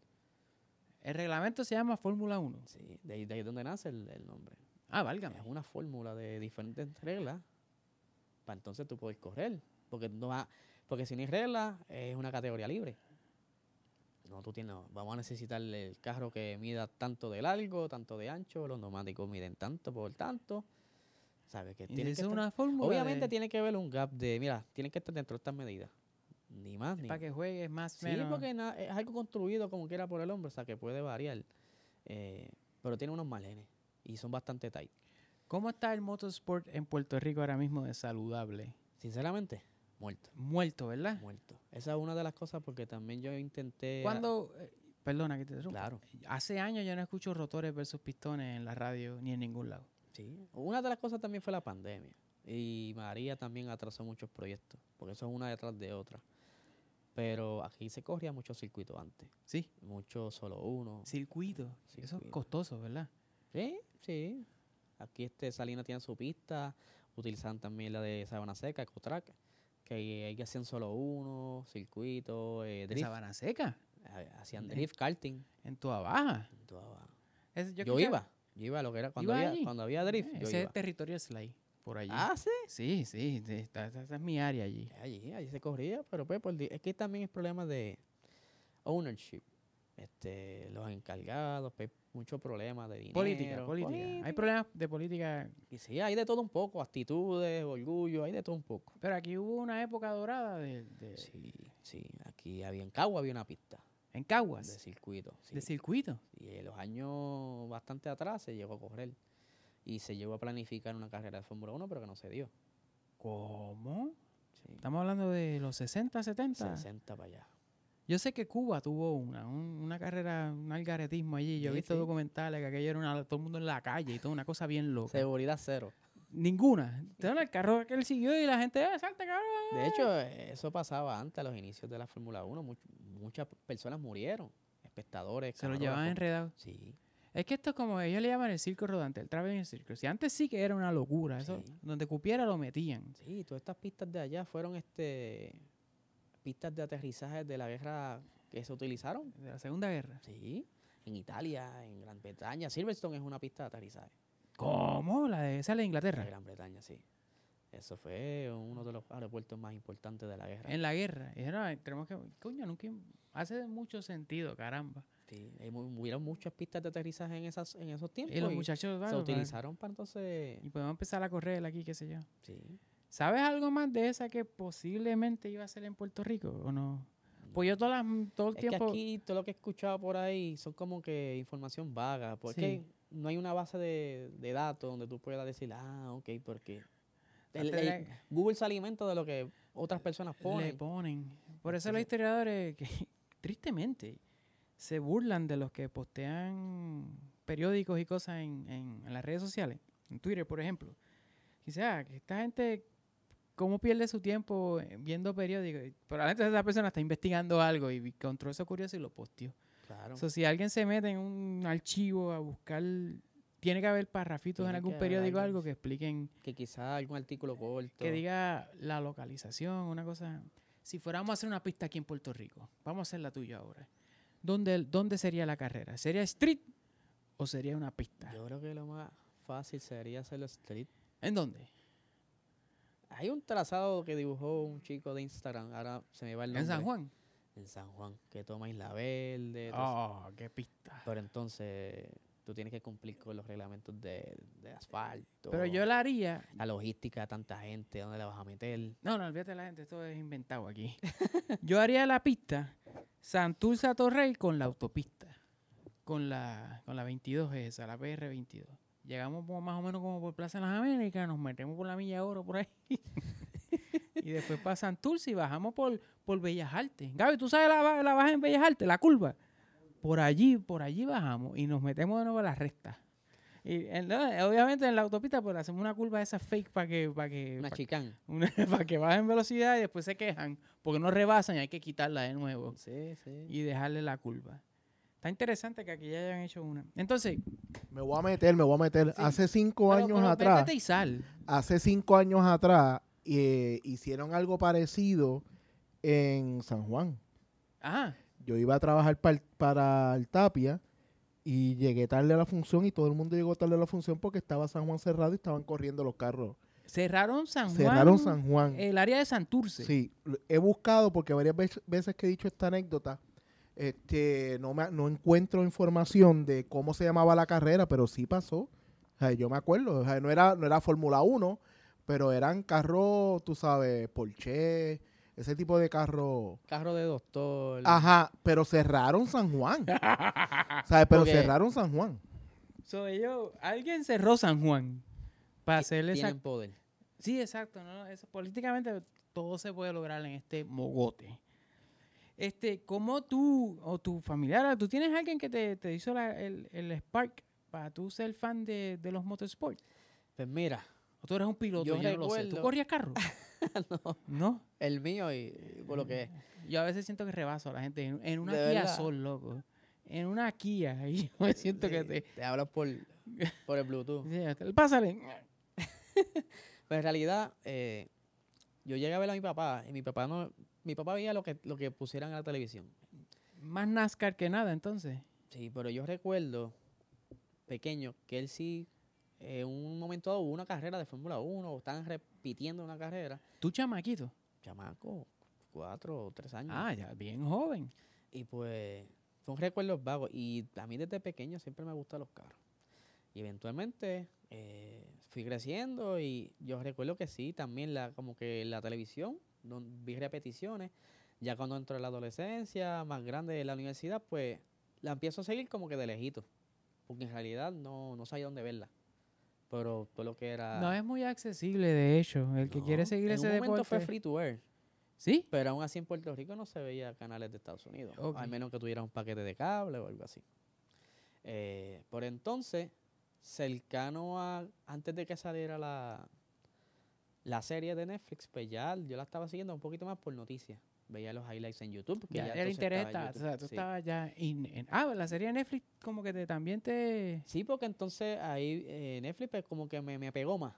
Speaker 2: El reglamento se llama Fórmula 1.
Speaker 3: Sí, de ahí, de ahí es donde nace el, el nombre.
Speaker 2: Ah, válgame.
Speaker 3: Es una fórmula de diferentes reglas para entonces tú puedes correr. Porque, tú no vas- porque si no hay reglas, es una categoría libre. No, tú tienes, vamos a necesitar el carro que mida tanto de largo, tanto de ancho, los neumáticos miden tanto por tanto. ¿Sabes? Que
Speaker 2: Y
Speaker 3: tienen que
Speaker 2: es
Speaker 3: estar-
Speaker 2: una fórmula.
Speaker 3: Obviamente
Speaker 2: de-
Speaker 3: tiene que haber un gap de, mira, tienen que estar dentro de estas medidas. Ni más ni
Speaker 2: Para que juegues más
Speaker 3: Sí,
Speaker 2: menos.
Speaker 3: porque na- es algo construido como quiera por el hombre, o sea que puede variar. eh, pero tiene unos malenes y son bastante tight.
Speaker 2: ¿Cómo está el motorsport en Puerto Rico ahora mismo de saludable?
Speaker 3: Sinceramente, muerto,
Speaker 2: Muerto, ¿verdad?
Speaker 3: muerto. Esa es una de las cosas porque también yo intenté. a-
Speaker 2: Cuando. eh, Perdona que te interrumpa.
Speaker 3: Claro,
Speaker 2: Hace años yo no escucho rotores versus pistones en la radio ni en ningún lado.
Speaker 3: sí. Una de las cosas también fue la pandemia. Y María también atrasó muchos proyectos, porque eso es una detrás de otra. Pero aquí se corría muchos circuitos antes,
Speaker 2: Sí.
Speaker 3: muchos solo uno.
Speaker 2: Circuito. Eso es
Speaker 3: Circuito.
Speaker 2: costoso, ¿verdad?
Speaker 3: Sí, sí. Aquí este Salinas tiene su pista, utilizan también la de Sabana Seca, Cotrac, que ahí hacían solo uno, circuito, eh,
Speaker 2: De
Speaker 3: drift,
Speaker 2: Sabana Seca,
Speaker 3: ha- hacían
Speaker 2: En-
Speaker 3: drift karting.
Speaker 2: en Toa Baja.
Speaker 3: en toda Habana.
Speaker 2: Es-
Speaker 3: Yo,
Speaker 2: escuchaba-
Speaker 3: iba, yo iba a lo que era cuando
Speaker 2: ¿Ibas
Speaker 3: había,
Speaker 2: allí?
Speaker 3: cuando había drift,
Speaker 2: Eh,
Speaker 3: yo
Speaker 2: ese
Speaker 3: iba.
Speaker 2: es territorio Slay, por allí.
Speaker 3: Ah, sí.
Speaker 2: Sí, sí, sí, esta, esta- esta es mi área allí.
Speaker 3: Allí, allí se corría, pero pues, por di- es que también es problema de ownership. Este, los encargados, pues, muchos problemas de dinero.
Speaker 2: Política, política. Hay problemas de política,
Speaker 3: Y sí, hay de todo un poco, actitudes, orgullo, hay de todo un poco.
Speaker 2: pero aquí hubo una época dorada de, de-
Speaker 3: Sí, Pues sí. Aquí había en Cagua había una pista
Speaker 2: en
Speaker 3: de
Speaker 2: Caguas,
Speaker 3: circuito. sí.
Speaker 2: de circuito.
Speaker 3: Y en los años bastante atrás se llegó a correr. Y se llegó a planificar una carrera de Fórmula 1, pero que no se dio.
Speaker 2: ¿Cómo?
Speaker 3: Sí.
Speaker 2: Estamos hablando de los 60, 70.
Speaker 3: 60 para allá.
Speaker 2: Yo sé que Cuba tuvo una, un- una carrera, un algaretismo allí. Yo he
Speaker 3: Sí,
Speaker 2: visto
Speaker 3: sí.
Speaker 2: documentales que aquello era una- todo el mundo en la calle y toda una cosa bien loca.
Speaker 3: Seguridad cero.
Speaker 2: Ninguna. Entonces, el carro que él siguió y la gente, "Eh, salta, cabrón.
Speaker 3: De hecho, eh, eso pasaba antes, a los inicios de la Fórmula 1. much- muchas personas murieron. Espectadores.
Speaker 2: Se lo llevaban
Speaker 3: camarógrafos.
Speaker 2: enredado.
Speaker 3: Sí,
Speaker 2: Es que esto es como ellos le llaman el circo rodante, el traveling circo. Si antes sí que era una locura, eso
Speaker 3: Sí.
Speaker 2: donde cupiera lo metían.
Speaker 3: sí. Todas estas pistas de allá fueron este pistas de aterrizaje de la guerra que se utilizaron
Speaker 2: De la Segunda Guerra.
Speaker 3: Sí, en Italia, en Gran Bretaña. Silverstone es una pista de aterrizaje.
Speaker 2: ¿Cómo? La de esa es la de
Speaker 3: En
Speaker 2: Inglaterra.
Speaker 3: Gran Bretaña, sí. Eso fue uno de los aeropuertos más importantes de la guerra.
Speaker 2: En la guerra. Y dijeron, "Ay, tenemos que. Coño, nunca. Hace mucho sentido, caramba.
Speaker 3: Sí, hay mu- hubieron muchas pistas de aterrizaje en, esas, en esos tiempos.
Speaker 2: Y los
Speaker 3: y
Speaker 2: muchachos.
Speaker 3: pues, se
Speaker 2: claro, para-
Speaker 3: utilizaron para entonces.
Speaker 2: Y podemos empezar a correr aquí, qué sé yo.
Speaker 3: Sí.
Speaker 2: ¿Sabes algo más de esa que posiblemente iba a ser en Puerto Rico o no? Pues yo todas las- todo el
Speaker 3: Es
Speaker 2: tiempo.
Speaker 3: que aquí todo lo que he escuchado por ahí son como que información vaga, porque
Speaker 2: Sí.
Speaker 3: no hay una base de, de datos donde tú puedas decir, ah, ok, porque el-
Speaker 2: Antes
Speaker 3: el-
Speaker 2: le-
Speaker 3: Google se alimenta de lo que otras personas
Speaker 2: Le
Speaker 3: ponen.
Speaker 2: ponen. Por eso los
Speaker 3: Entonces-
Speaker 2: historiadores, que, tristemente, se burlan de los que postean periódicos y cosas en, en- en las redes sociales, en Twitter, por ejemplo. Quizás que esta gente, ¿cómo pierde su tiempo eh, viendo periódicos? Y Probablemente esa persona está investigando algo y vi- encontró eso curioso y lo posteó.
Speaker 3: Claro.
Speaker 2: So, si alguien se mete en un archivo a buscar, tiene que haber parrafitos en
Speaker 3: Tiene
Speaker 2: algún
Speaker 3: que haber
Speaker 2: periódico o
Speaker 3: algo,
Speaker 2: algo
Speaker 3: sí.
Speaker 2: que expliquen
Speaker 3: que quizá algún artículo corto.
Speaker 2: que diga la localización, una cosa. Si fuéramos a hacer una pista aquí en Puerto Rico, vamos a hacer la tuya ahora. ¿Dónde, dónde sería la carrera? ¿Sería street o sería una pista?
Speaker 3: Yo creo que lo más fácil sería hacerlo street.
Speaker 2: ¿En dónde?
Speaker 3: Hay un trazado que dibujó un chico de Instagram, ahora se me va el nombre.
Speaker 2: ¿En San Juan?
Speaker 3: En San Juan, que toma Isla Verde. todo eso.
Speaker 2: Oh, qué pista.
Speaker 3: Pero entonces tú tienes que cumplir con los reglamentos de, de asfalto.
Speaker 2: Pero yo la haría.
Speaker 3: La logística de tanta gente, ¿dónde la vas a meter?
Speaker 2: No, no, olvídate de la gente, esto es inventado aquí. Yo haría la pista Santurce a Torrey con la autopista. Con la, con la 22 esa, la PR22. Llegamos como más o menos como por Plaza de las Américas, nos metemos por la Milla Oro por ahí. y después para Santurce y bajamos por, por Bellas Artes. Gaby, ¿tú sabes la, ba- la baja en Bellas Artes, la curva? Por allí, por allí bajamos y nos metemos de nuevo a la recta. Y, eh, no, obviamente en la autopista, pues hacemos una curva de esas fake para que, para que,
Speaker 3: Una
Speaker 2: pa'
Speaker 3: chicán.
Speaker 2: una- para que bajen velocidad y después se quejan porque no rebasan y hay que quitarla de nuevo
Speaker 3: Sí, sí.
Speaker 2: y dejarle la culpa. Está interesante que aquí ya hayan hecho una. Entonces,
Speaker 4: Me voy a meter, me voy a meter. Hace cinco
Speaker 2: pero-
Speaker 4: años
Speaker 2: pero
Speaker 4: atrás,
Speaker 2: véngate y sal.
Speaker 4: hace cinco años atrás, eh, hicieron algo parecido en San Juan.
Speaker 2: Ajá.
Speaker 4: Yo iba a trabajar par- para el Tapia y llegué tarde a la función y todo el mundo llegó tarde a la función porque estaba San Juan cerrado y estaban corriendo los carros.
Speaker 2: Cerraron San Juan.
Speaker 4: Cerraron San Juan.
Speaker 2: El área de Santurce.
Speaker 4: Sí, lo- he buscado porque varias vec- veces que he dicho esta anécdota, este, no, me, no encuentro información de cómo se llamaba la carrera, pero sí pasó. O sea, yo me acuerdo, o sea, no era, no era Fórmula 1, pero eran carros, tú sabes, Porsche, ese tipo de carros.
Speaker 3: Carro de doctor.
Speaker 4: Ajá, pero cerraron San Juan. ¿Sabes? Pero
Speaker 3: Porque-
Speaker 4: cerraron San Juan.
Speaker 2: So, ellos- alguien cerró San Juan para hacerle esa
Speaker 3: Tienen poder.
Speaker 2: Sí, exacto. ¿no? Eso, políticamente todo se puede lograr en este mogote. Este, ¿cómo tú o tu familiar, ah, tú tienes alguien que te, te hizo la- el, el spark para tú ser fan de, de los motorsports?
Speaker 3: Pues mira,
Speaker 2: ¿O tú eres un piloto?
Speaker 3: Yo
Speaker 2: Yo, no lo sé. ¿Tú
Speaker 3: recuerdo-
Speaker 2: corrías carro? no.
Speaker 3: el mío y, y por lo que
Speaker 2: Eh,
Speaker 3: es.
Speaker 2: Yo a veces siento que rebaso a la gente en, en una
Speaker 3: ¿De
Speaker 2: Kia
Speaker 3: verdad?
Speaker 2: Soul, loco. En una Kia. Y yo siento que te...
Speaker 3: Te hablan por, por el Bluetooth.
Speaker 2: sí, Pásale.
Speaker 3: Pero en realidad, eh, yo llegué a ver a mi papá y mi papá no, mi papá veía lo que, lo que pusieran en la televisión.
Speaker 2: Más NASCAR que nada, entonces.
Speaker 3: Sí, pero yo recuerdo, pequeño, que él sí, eh, en un momento dado hubo una carrera de Fórmula 1 o estaban repitiendo una carrera.
Speaker 2: Tú chamaquito.
Speaker 3: Chamaco, cuatro o tres años.
Speaker 2: Ah, ya, bien joven.
Speaker 3: Y pues, son recuerdos vagos. Y a mí desde pequeño siempre me gustan los carros. Y eventualmente eh, fui creciendo y yo recuerdo que sí, también la, como que la televisión, don- vi repeticiones. Ya cuando entro en la adolescencia, más grande en la universidad, pues la empiezo a seguir como que de lejito. Porque en realidad no, no sabía dónde verla. Pero todo lo que era...
Speaker 2: No es muy accesible, de hecho. El que quiere
Speaker 3: Ah. No,
Speaker 2: seguir ese
Speaker 3: En un momento
Speaker 2: deporte.
Speaker 3: fue free to air.
Speaker 2: Sí.
Speaker 3: Pero aún así en Puerto Rico no se veía canales de Estados Unidos.
Speaker 2: Ok.
Speaker 3: Al menos que tuviera un paquete de cable o algo así. Eh, por entonces, cercano a. Antes de que saliera la, la serie de Netflix, pues ya yo la estaba siguiendo un poquito más por noticias. Veía los highlights en YouTube. porque
Speaker 2: Ya,
Speaker 3: ya
Speaker 2: el
Speaker 3: entonces
Speaker 2: interés
Speaker 3: estaba en
Speaker 2: está. O sea, tú
Speaker 3: YouTube, sí.
Speaker 2: estabas ya. in- en- ah, la serie de Netflix, como que te, también te.
Speaker 3: Sí, porque entonces ahí eh, Netflix pues, como que me, me pegó más.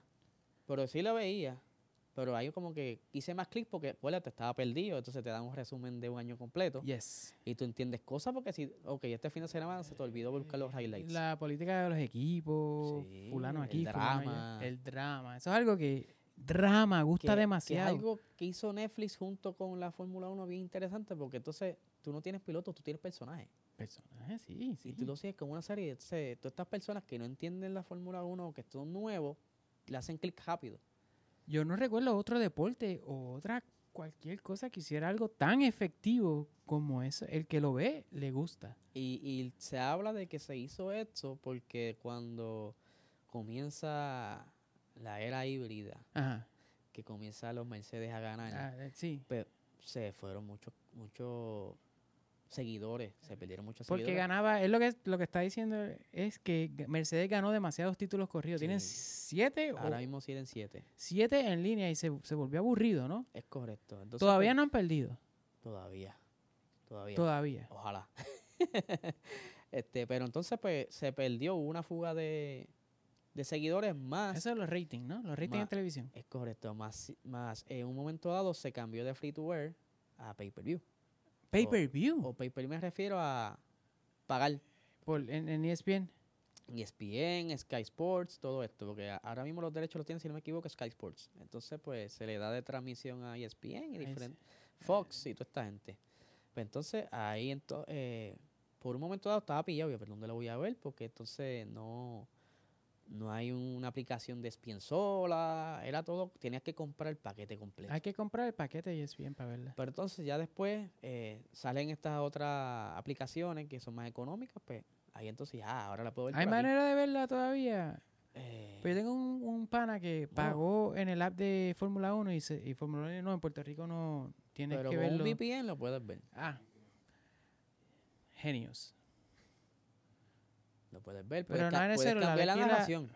Speaker 3: Pero sí lo veía. Pero ahí como que hice más clic porque, te estaba perdido. Entonces te dan un resumen de un año completo.
Speaker 2: Yes.
Speaker 3: Y tú entiendes cosas porque si, ok, este fin de semana se te olvidó buscar los highlights.
Speaker 2: La política de los equipos,
Speaker 3: Sí,
Speaker 2: fulano aquí,
Speaker 3: el
Speaker 2: fulano allá,
Speaker 3: drama.
Speaker 2: El drama. Eso es algo que. Drama,
Speaker 3: Que-
Speaker 2: gusta
Speaker 3: Que
Speaker 2: demasiado.
Speaker 3: es algo que hizo Netflix junto con la Fórmula 1 bien interesante porque entonces tú no tienes pilotos, tú tienes personajes.
Speaker 2: Personajes, sí.
Speaker 3: Si
Speaker 2: sí.
Speaker 3: tú lo sigues como una serie, entonces todas estas personas que no entienden la Fórmula 1 o que son nuevos, le hacen clic rápido.
Speaker 2: Yo no recuerdo otro deporte o otra cualquier cosa que hiciera algo tan efectivo como eso. El que lo ve, le gusta.
Speaker 3: Y, y se habla de que se hizo esto porque cuando comienza la era híbrida,
Speaker 2: Ajá.
Speaker 3: que comienza los Mercedes a ganar.
Speaker 2: Ah, eh, sí.
Speaker 3: pe- se fueron muchos muchos seguidores, se perdieron muchos
Speaker 2: Porque
Speaker 3: seguidores.
Speaker 2: ganaba, es lo que lo que está diciendo es que g- Mercedes ganó demasiados títulos corridos. Tienen
Speaker 3: Sí.
Speaker 2: siete o
Speaker 3: Ahora mismo siguen siete,
Speaker 2: siete en línea y se, se volvió aburrido, ¿no?
Speaker 3: es correcto. Entonces,
Speaker 2: Todavía
Speaker 3: pues,
Speaker 2: no han perdido.
Speaker 3: Todavía, todavía.
Speaker 2: Todavía.
Speaker 3: Ojalá. este, pero entonces pues se perdió hubo una fuga de, de seguidores más.
Speaker 2: Eso es los ratings, ¿no? Los ratings
Speaker 3: Ma-
Speaker 2: en televisión.
Speaker 3: Es correcto, más, más en un momento dado se cambió de free to wear a pay-per-view.
Speaker 2: Pay per view.
Speaker 3: O pay-per-view me refiero a pagar
Speaker 2: Por, en, E en ESPN.
Speaker 3: E ESPN, Sky Sports, todo esto, porque a- ahora mismo los derechos los tiene, si no me equivoco, Sky Sports. Entonces, pues se le da de transmisión a E ESPN y
Speaker 2: Ahí sí.
Speaker 3: diferente, Fox y toda esta gente. Pues entonces, ahí ento- eh, por un momento dado estaba pillado, yo, pero ¿dónde lo voy a ver? Porque entonces no, no hay una aplicación de ESPN sola, era todo, tenías que comprar el paquete completo.
Speaker 2: Hay que comprar el paquete de E ESPN para verla.
Speaker 3: Pero entonces ya después eh, salen estas otras aplicaciones que son más económicas, pues ahí entonces, ah, ahora la puedo ver.
Speaker 2: ¿Hay
Speaker 3: por aquí.
Speaker 2: manera de verla todavía?
Speaker 3: Eh, Oh.
Speaker 2: Pero yo tengo un, un pana que
Speaker 3: No.
Speaker 2: pagó en el app de Fórmula 1 y, se- y Fórmula 1 no, en Puerto Rico no tienes
Speaker 3: Pero
Speaker 2: que
Speaker 3: con
Speaker 2: verlo.
Speaker 3: un VPN lo puedes ver.
Speaker 2: Ah. Genios.
Speaker 3: Lo puedes ver,
Speaker 2: Pero
Speaker 3: puedes,
Speaker 2: no
Speaker 3: ca-
Speaker 2: en el
Speaker 3: puedes
Speaker 2: celular,
Speaker 3: cambiar la
Speaker 2: aquí la-
Speaker 3: narración.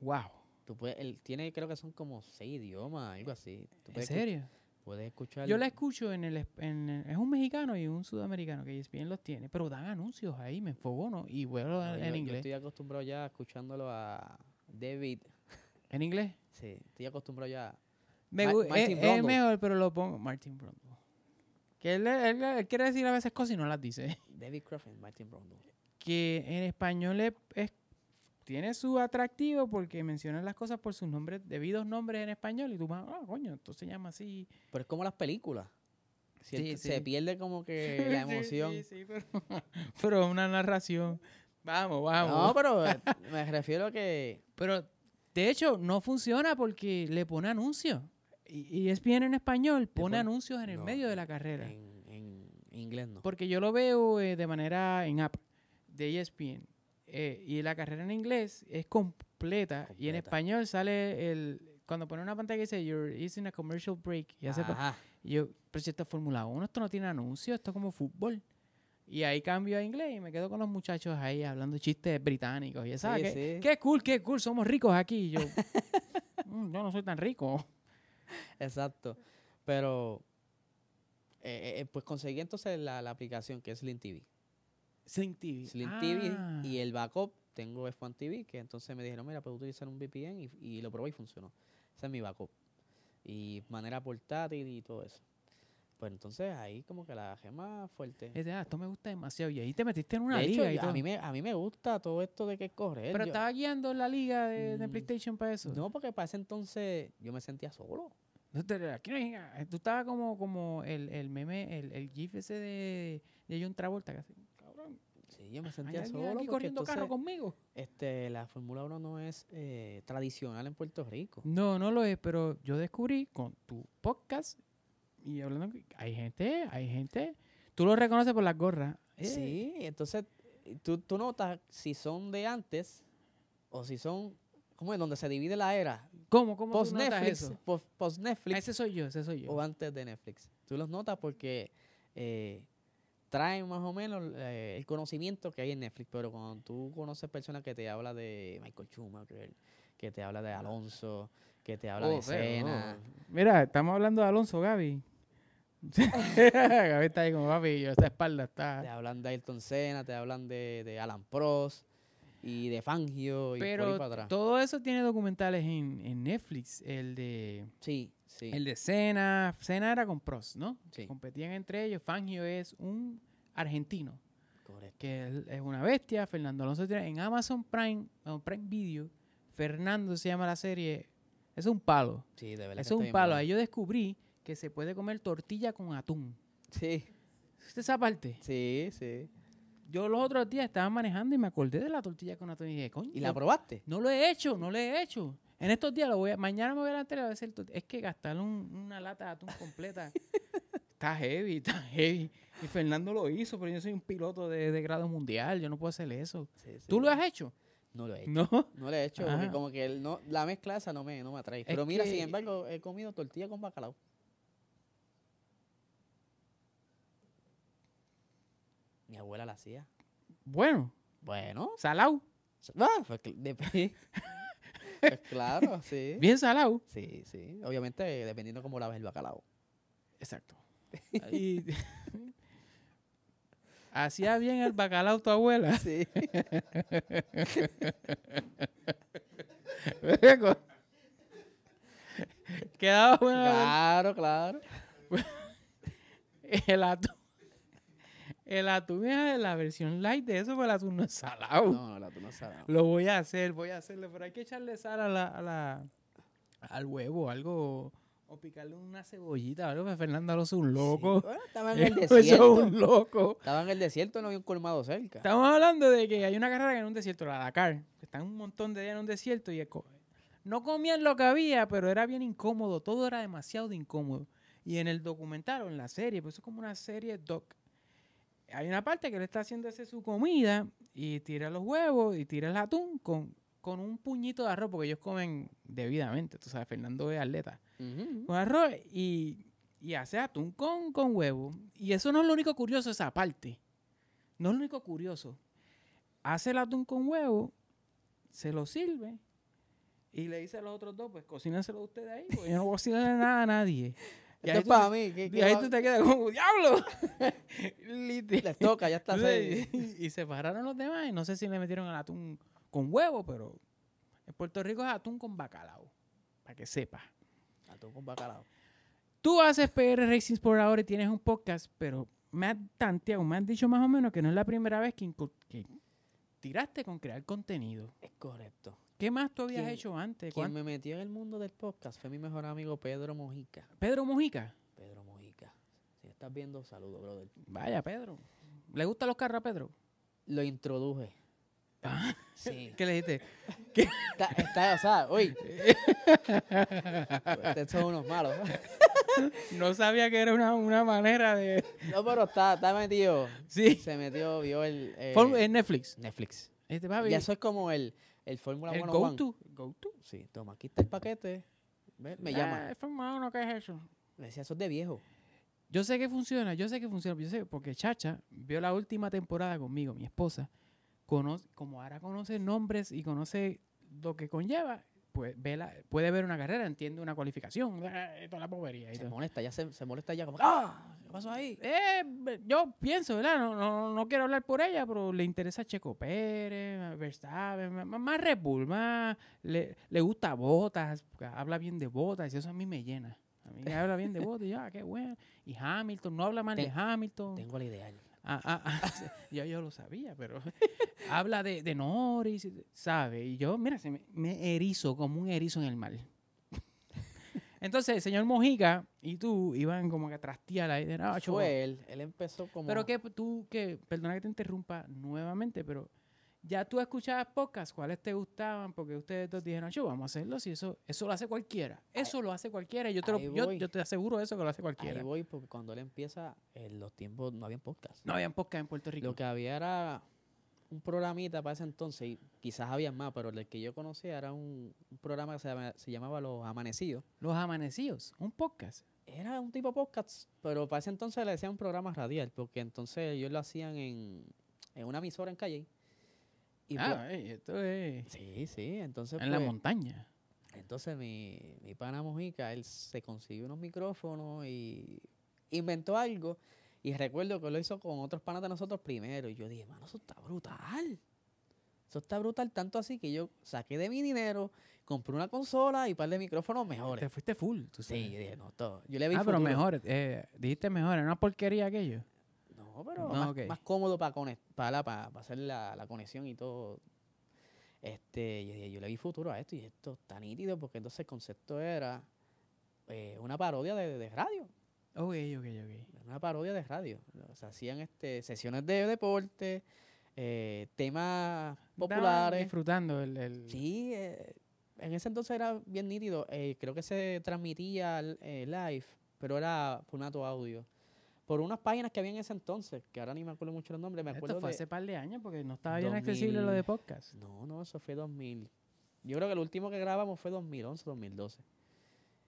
Speaker 2: Wow.
Speaker 3: Tú puedes, él tiene, creo que son como seis idiomas, algo así. Tú
Speaker 2: ¿En
Speaker 3: puedes escu-
Speaker 2: serio? Yo
Speaker 3: Puedes escuchar.
Speaker 2: la escucho en el, es- en el- Es un mexicano y un sudamericano que E ESPN los tiene, pero dan anuncios ahí, me enfogono y vuelvo
Speaker 3: No,
Speaker 2: en,
Speaker 3: yo- yo
Speaker 2: inglés.
Speaker 3: estoy acostumbrado ya escuchándolo a David.
Speaker 2: ¿En inglés?
Speaker 3: Sí, estoy acostumbrado ya.
Speaker 2: Me
Speaker 3: Ma-
Speaker 2: gu-
Speaker 3: Martin
Speaker 2: es, es
Speaker 3: Brundle.
Speaker 2: mejor, pero lo pongo. Martin Brundle. Que él, él- él quiere decir a veces cosas y no las dice.
Speaker 3: David Crawford, Martin Brundle.
Speaker 2: Que en español es, es- tiene su atractivo porque mencionan las cosas por sus nombres, debidos nombres en español. Y tú vas, ah, coño, entonces se llama así.
Speaker 3: Pero es como las películas. Si el-
Speaker 2: Sí,
Speaker 3: Se
Speaker 2: sí.
Speaker 3: pierde como que la
Speaker 2: Sí, sí,
Speaker 3: emoción.
Speaker 2: sí, pero, pero una narración. Vamos, vamos.
Speaker 3: No, pero eh, me refiero a que.
Speaker 2: Pero de hecho no funciona porque le pone anuncios. Y, y ESPN en español pone
Speaker 3: pone-
Speaker 2: anuncios en el
Speaker 3: no,
Speaker 2: medio de la
Speaker 3: en-
Speaker 2: carrera.
Speaker 3: En, en inglés no.
Speaker 2: Porque yo lo veo eh, de manera en app de E ESPN. eh, y la carrera en inglés es completa, Y en
Speaker 3: Completa.
Speaker 2: español sale el... Cuando pone una pantalla que dice, you're is in a commercial break. Y hace pa-
Speaker 3: Ajá.
Speaker 2: y yo, pero si esto es Fórmula 1, esto no tiene anuncios, esto es como fútbol. Y ahí cambio a inglés y me quedo con los muchachos ahí hablando chistes británicos. Y esa,
Speaker 3: Sí,
Speaker 2: qué,
Speaker 3: sí.
Speaker 2: qué cool, qué cool, somos ricos aquí. Y yo, "Mm, yo no soy tan rico.
Speaker 3: Exacto. Pero. eh, eh, pues conseguí entonces la, la aplicación que es Sling TV.
Speaker 2: Sling TV.
Speaker 3: Sling TV
Speaker 2: Ah,
Speaker 3: y el backup tengo F1 TV, que entonces me dijeron, mira, puedo utilizar un VPN y, y lo probé y funcionó. Ese es mi backup. Y manera portátil y todo eso. Pues entonces ahí como que la gema fuerte.
Speaker 2: es de, "Ah, esto me gusta demasiado. Y ahí te metiste en una
Speaker 3: De hecho,
Speaker 2: liga y
Speaker 3: yo-
Speaker 2: todo.
Speaker 3: a mí, me, a mí me gusta todo esto de que correr.
Speaker 2: Pero
Speaker 3: yo-
Speaker 2: estaba guiando la liga de, de
Speaker 3: Mm,
Speaker 2: PlayStation para eso.
Speaker 3: No, porque para ese entonces yo me sentía solo.
Speaker 2: No te- aquí no hay- ah, tú estabas como, como el, el meme, el, el GIF ese de, de John Travolta. que hace, Cabrón,
Speaker 3: Sí, yo me
Speaker 2: hay
Speaker 3: sentía
Speaker 2: alguien
Speaker 3: solo.
Speaker 2: aquí
Speaker 3: porque
Speaker 2: corriendo carro
Speaker 3: entonces,
Speaker 2: conmigo.
Speaker 3: este, la Fórmula 1 no es eh, tradicional en Puerto Rico.
Speaker 2: No, no lo es, pero yo descubrí con tu podcast y hablando que hay gente, hay gente. Tú lo reconoces por las gorras. Eh,
Speaker 3: Sí, entonces eh, tú, tú notas si son de antes o si son, ¿cómo es? Donde se divide la era.
Speaker 2: ¿Cómo, cómo tú notas
Speaker 3: Post-Netflix.
Speaker 2: eso?
Speaker 3: pos- Post-Netflix
Speaker 2: Ah, ese soy yo, ese soy yo.
Speaker 3: o antes de Netflix. Tú los notas porque eh, traen más o menos eh, el conocimiento que hay en Netflix, pero cuando tú conoces personas que te habla de Michael Schumacher, que te habla de Alonso, que te habla
Speaker 2: Oh,
Speaker 3: de
Speaker 2: pero,
Speaker 3: Senna,
Speaker 2: oh. Mira, estamos hablando de Alonso Gaby. Gaby está ahí como papi, yo esta espalda
Speaker 3: te
Speaker 2: está.
Speaker 3: hablan de Ayrton Senna, te hablan de, de Alan Prost y de Fangio y por ahí para
Speaker 2: Pero
Speaker 3: atrás.
Speaker 2: todo eso tiene documentales en, en Netflix. El de
Speaker 3: Sí, sí.
Speaker 2: el de Cena. Cena era con pros, ¿no?
Speaker 3: Sí.
Speaker 2: Competían entre ellos. Fangio es un argentino.
Speaker 3: Correcto.
Speaker 2: que él es una bestia. Fernando Alonso tiene en Amazon Prime, o Prime Video, Fernando se llama la serie. Es un palo.
Speaker 3: Sí, de verdad.
Speaker 2: Es
Speaker 3: que está
Speaker 2: un
Speaker 3: bien
Speaker 2: palo.
Speaker 3: buena.
Speaker 2: Ahí yo descubrí que se puede comer tortilla con atún.
Speaker 3: Sí,
Speaker 2: ¿Usted esa parte?
Speaker 3: sí, sí.
Speaker 2: Yo los otros días estaba manejando y me acordé de la tortilla con atún y dije, coño,
Speaker 3: ¿Y la probaste?
Speaker 2: no lo he hecho, no lo he hecho. En estos días lo voy a, mañana me voy a la tele a ver si el tort- Es que gastar un- una lata de atún completa está heavy, está heavy. Y Fernando lo hizo, pero yo soy un piloto de, de grado mundial, yo no puedo hacer eso.
Speaker 3: Sí, sí.
Speaker 2: ¿Tú lo has hecho?
Speaker 3: No lo he hecho. No,
Speaker 2: No.
Speaker 3: lo he hecho porque
Speaker 2: Ah.
Speaker 3: como que el no, la mezcla esa no me, no me atrae. Pero mira,
Speaker 2: que-
Speaker 3: sin embargo, he comido tortilla con bacalao. Mi abuela la hacía.
Speaker 2: Bueno,
Speaker 3: Bueno.
Speaker 2: salado.
Speaker 3: s- ah, pues, cl- dep- pues claro, sí.
Speaker 2: Bien salado.
Speaker 3: Sí, sí. Obviamente, dependiendo cómo la ves el bacalao.
Speaker 2: Exacto. Y- Hacía bien el bacalao tu abuela.
Speaker 3: Sí.
Speaker 2: Quedaba bueno
Speaker 3: claro, claro.
Speaker 2: el atún. El atún es la versión light de eso, pero el atún no es salado.
Speaker 3: No, no, la tú no sabes.
Speaker 2: Lo voy a hacer, voy a hacerlo, pero hay que echarle sal a la, a la- al huevo, algo, o picarle una cebollita, algo, porque Fernando Alonso es un loco.
Speaker 3: Sí. Bueno, estaba en el
Speaker 2: Eso es
Speaker 3: desierto.
Speaker 2: un loco.
Speaker 3: Estaba en el desierto, no había un colmado cerca.
Speaker 2: Estamos hablando de que hay una carrera en un desierto, la Dakar. que Están un montón de días en un desierto y eco- no comían lo que había, pero era bien incómodo. Todo era demasiado incómodo. Y en el documental o en la serie, pues eso es como una serie doc. Hay una parte que él está haciendo ese su comida y tira los huevos y tira el atún con, con un puñito de arroz, porque ellos comen debidamente. Tú sabes, Fernando es atleta
Speaker 3: Ujú.
Speaker 2: con arroz y, y hace atún con, con huevo. Y eso no es lo único curioso de esa parte. No es lo único curioso. hace el atún con huevo, se lo sirve y le dice a los otros dos, pues cocínenselo ustedes ahí, porque yo no voy a cocinarle nada a nadie. Y
Speaker 3: Esto
Speaker 2: ahí
Speaker 3: es
Speaker 2: tú
Speaker 3: para mí. que-
Speaker 2: te-
Speaker 3: que
Speaker 2: y ahí
Speaker 3: va-
Speaker 2: tú te quedas como, ¡diablo! Literal.
Speaker 3: Les toca, ya está.
Speaker 2: Entonces,
Speaker 3: se-
Speaker 2: y se pararon los demás y no sé si le metieron el atún con huevo, pero en Puerto Rico es atún con bacalao, para que sepas.
Speaker 3: Atún con bacalao.
Speaker 2: Tú haces PR Racing por ahora y tienes un podcast, pero me has tanteado, me has dicho más o menos que no es la primera vez que, inco- que tiraste con crear contenido.
Speaker 3: Es correcto.
Speaker 2: ¿Qué más tú habías
Speaker 3: ¿Quién-
Speaker 2: hecho antes?
Speaker 3: Quien
Speaker 2: ¿Cuán-
Speaker 3: me metió en el mundo del podcast fue mi mejor amigo Pedro Mojica.
Speaker 2: Pedro Mojica.
Speaker 3: Pedro Mojica. Si estás viendo, saludo, brother.
Speaker 2: Vaya, Pedro. ¿Le gustan los carros a Pedro?
Speaker 3: Lo introduje.
Speaker 2: Ah.
Speaker 3: Sí.
Speaker 2: ¿Qué le dijiste?
Speaker 3: Está, está, o sea, uy. Estos son unos malos.
Speaker 2: No sabía que era una, una manera de...
Speaker 3: No, pero está, está metido.
Speaker 2: Sí.
Speaker 3: Se metió, vio el. eh,
Speaker 2: Form- en Netflix.
Speaker 3: Netflix.
Speaker 2: Este papi.
Speaker 3: Y eso es como el, el Fórmula
Speaker 2: el
Speaker 3: 1
Speaker 2: go-to. Go-to.
Speaker 3: Sí, toma, aquí está el paquete. Ve, Me
Speaker 2: Ah,
Speaker 3: llama.
Speaker 2: es Fórmula 1, ¿qué es eso?
Speaker 3: Me decía, eso es de viejo.
Speaker 2: Yo sé que funciona, yo sé que funciona, yo sé, porque Chacha vio la última temporada conmigo, mi esposa. Conoce, como ahora conoce nombres y conoce lo que conlleva, pues ve la- puede ver una carrera, entiende una cualificación, eh, toda la povería. Y
Speaker 3: Se
Speaker 2: todo.
Speaker 3: molesta, ya se, se molesta ya como, ¡ah! ¿Qué pasó ahí?
Speaker 2: Eh, be- yo pienso, ¿verdad? No, no, no quiero hablar por ella, pero le interesa Checo Pérez, a Verstappen, ma- ma- más Red Bull, más le, le gusta Botas, porque habla bien de Botas, y eso a mí me llena. A mí que habla bien de Botas, y yo, ah, qué bueno. Y Hamilton, no habla mal de
Speaker 3: Ten-
Speaker 2: Hamilton.
Speaker 3: Tengo la ideal.
Speaker 2: Ah, ah, ah, sí, ya yo lo sabía, pero habla de, de Norris, y de- ¿sabe? Y yo, mira, se me, me erizo como un erizo en el mar. Entonces, el señor Mojica y tú iban como que a trastear ahí de "Ah, chavo".
Speaker 3: Fue él, él empezó como...
Speaker 2: Pero que tú, que, perdona que te interrumpa nuevamente, pero ya tú escuchabas podcasts, ¿cuáles te gustaban? Porque ustedes dos dijeron, yo vamos a hacerlo, si eso, eso lo hace cualquiera. Eso lo hace cualquiera, y yo te, lo-
Speaker 3: ahí
Speaker 2: yo,
Speaker 3: voy.
Speaker 2: yo te aseguro eso que lo hace
Speaker 3: Ahí
Speaker 2: cualquiera.
Speaker 3: voy porque cuando él empieza, en los tiempos no había podcast.
Speaker 2: No habían podcast en Puerto Rico.
Speaker 3: Lo que había era un programita para ese entonces, y quizás había más, pero el que yo conocía era un, un programa que se, llama- se llamaba Los Amanecidos.
Speaker 2: Los amanecidos, un podcast.
Speaker 3: Era un tipo podcast, pero para ese entonces le decían programa radial, porque entonces ellos lo hacían en, en una emisora en Calle. Y
Speaker 2: ah, ey, esto es
Speaker 3: pues- sí, sí, entonces...
Speaker 2: en la
Speaker 3: pues,
Speaker 2: montaña.
Speaker 3: Entonces mi, mi pana Mojica, él se consiguió unos micrófonos y inventó algo. Y recuerdo que lo hizo con otros panas de nosotros primero. Y yo dije, mano, eso está brutal. Eso está brutal tanto así que yo saqué de mi dinero, compré una consola y un par de micrófonos
Speaker 2: Te
Speaker 3: mejores.
Speaker 2: fuiste full, tú
Speaker 3: Sí,
Speaker 2: sabes.
Speaker 3: yo dije, no, todo. Yo le vi
Speaker 2: ah, pero
Speaker 3: futuro.
Speaker 2: mejor, eh, dijiste mejor, era una porquería aquello.
Speaker 3: No, pero
Speaker 2: No,
Speaker 3: más,
Speaker 2: ok.
Speaker 3: más cómodo para para, hacer la, la conexión y todo. Este, yo, dije, yo le vi futuro a esto y esto está nítido porque entonces el concepto era eh, una parodia de, de radio.
Speaker 2: Ok, ok, ok.
Speaker 3: Una parodia de radio. Se hacían este, sesiones de deporte, eh, temas
Speaker 2: Estaban
Speaker 3: populares.
Speaker 2: Disfrutando el. el-
Speaker 3: Sí, eh, en ese entonces era bien nítido. eh, creo que se transmitía l- eh, live, pero era formato audio. Por unas páginas que había en ese entonces, que ahora ni me acuerdo mucho los nombres, me acuerdo
Speaker 2: Esto fue
Speaker 3: de-
Speaker 2: hace par de años porque no estaba bien accesible lo de
Speaker 3: 2000.
Speaker 2: podcast.
Speaker 3: No, no, eso fue 2000. Yo creo que el último que grabamos fue 2011, 2012.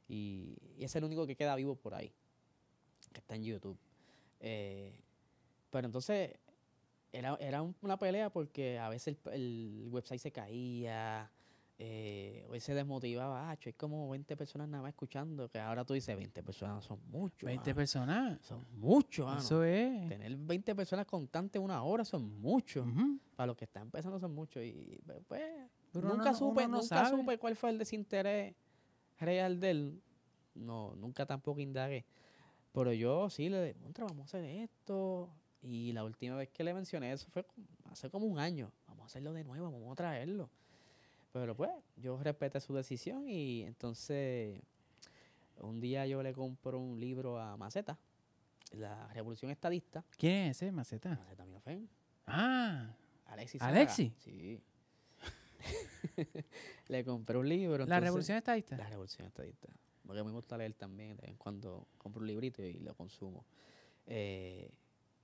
Speaker 3: Y, y es el único que queda vivo por ahí, que está en YouTube. Eh, pero entonces era, era un- una pelea porque a veces el, el website se caía, eh, hoy se desmotivaba. Ah, cho, hay como 20 personas nada más escuchando, que ahora tú dices 20 personas son muchos.
Speaker 2: 20
Speaker 3: mano,
Speaker 2: personas.
Speaker 3: Son muchos, mano.
Speaker 2: Eso es.
Speaker 3: Tener 20 personas constantes una hora son muchos.
Speaker 2: Ujú.
Speaker 3: Para los que están empezando son muchos. Y pues, pues,
Speaker 2: Pero uno
Speaker 3: nunca
Speaker 2: no-
Speaker 3: supe,
Speaker 2: uno no
Speaker 3: nunca
Speaker 2: sabe.
Speaker 3: supe cuál fue el desinterés real de él. No, nunca tampoco indagué. Pero yo sí le dije, "Contra, vamos a hacer esto. Y la última vez que le mencioné eso fue como- hace como un año. Vamos a hacerlo de nuevo, vamos a traerlo. Pero pues, yo respeté su decisión y entonces un día yo le compro un libro a Maceta, La Revolución Estadista.
Speaker 2: ¿Quién es ese, Maceta?
Speaker 3: Maceta Miofen.
Speaker 2: Ah,
Speaker 3: Alexis.
Speaker 2: ¿Alexis?
Speaker 3: Sí. Le compré un libro.
Speaker 2: la
Speaker 3: entonces-
Speaker 2: revolución estadista.
Speaker 3: La revolución estadista. Porque a mí me gusta leer también. De vez en cuando compro un librito y lo consumo. Eh,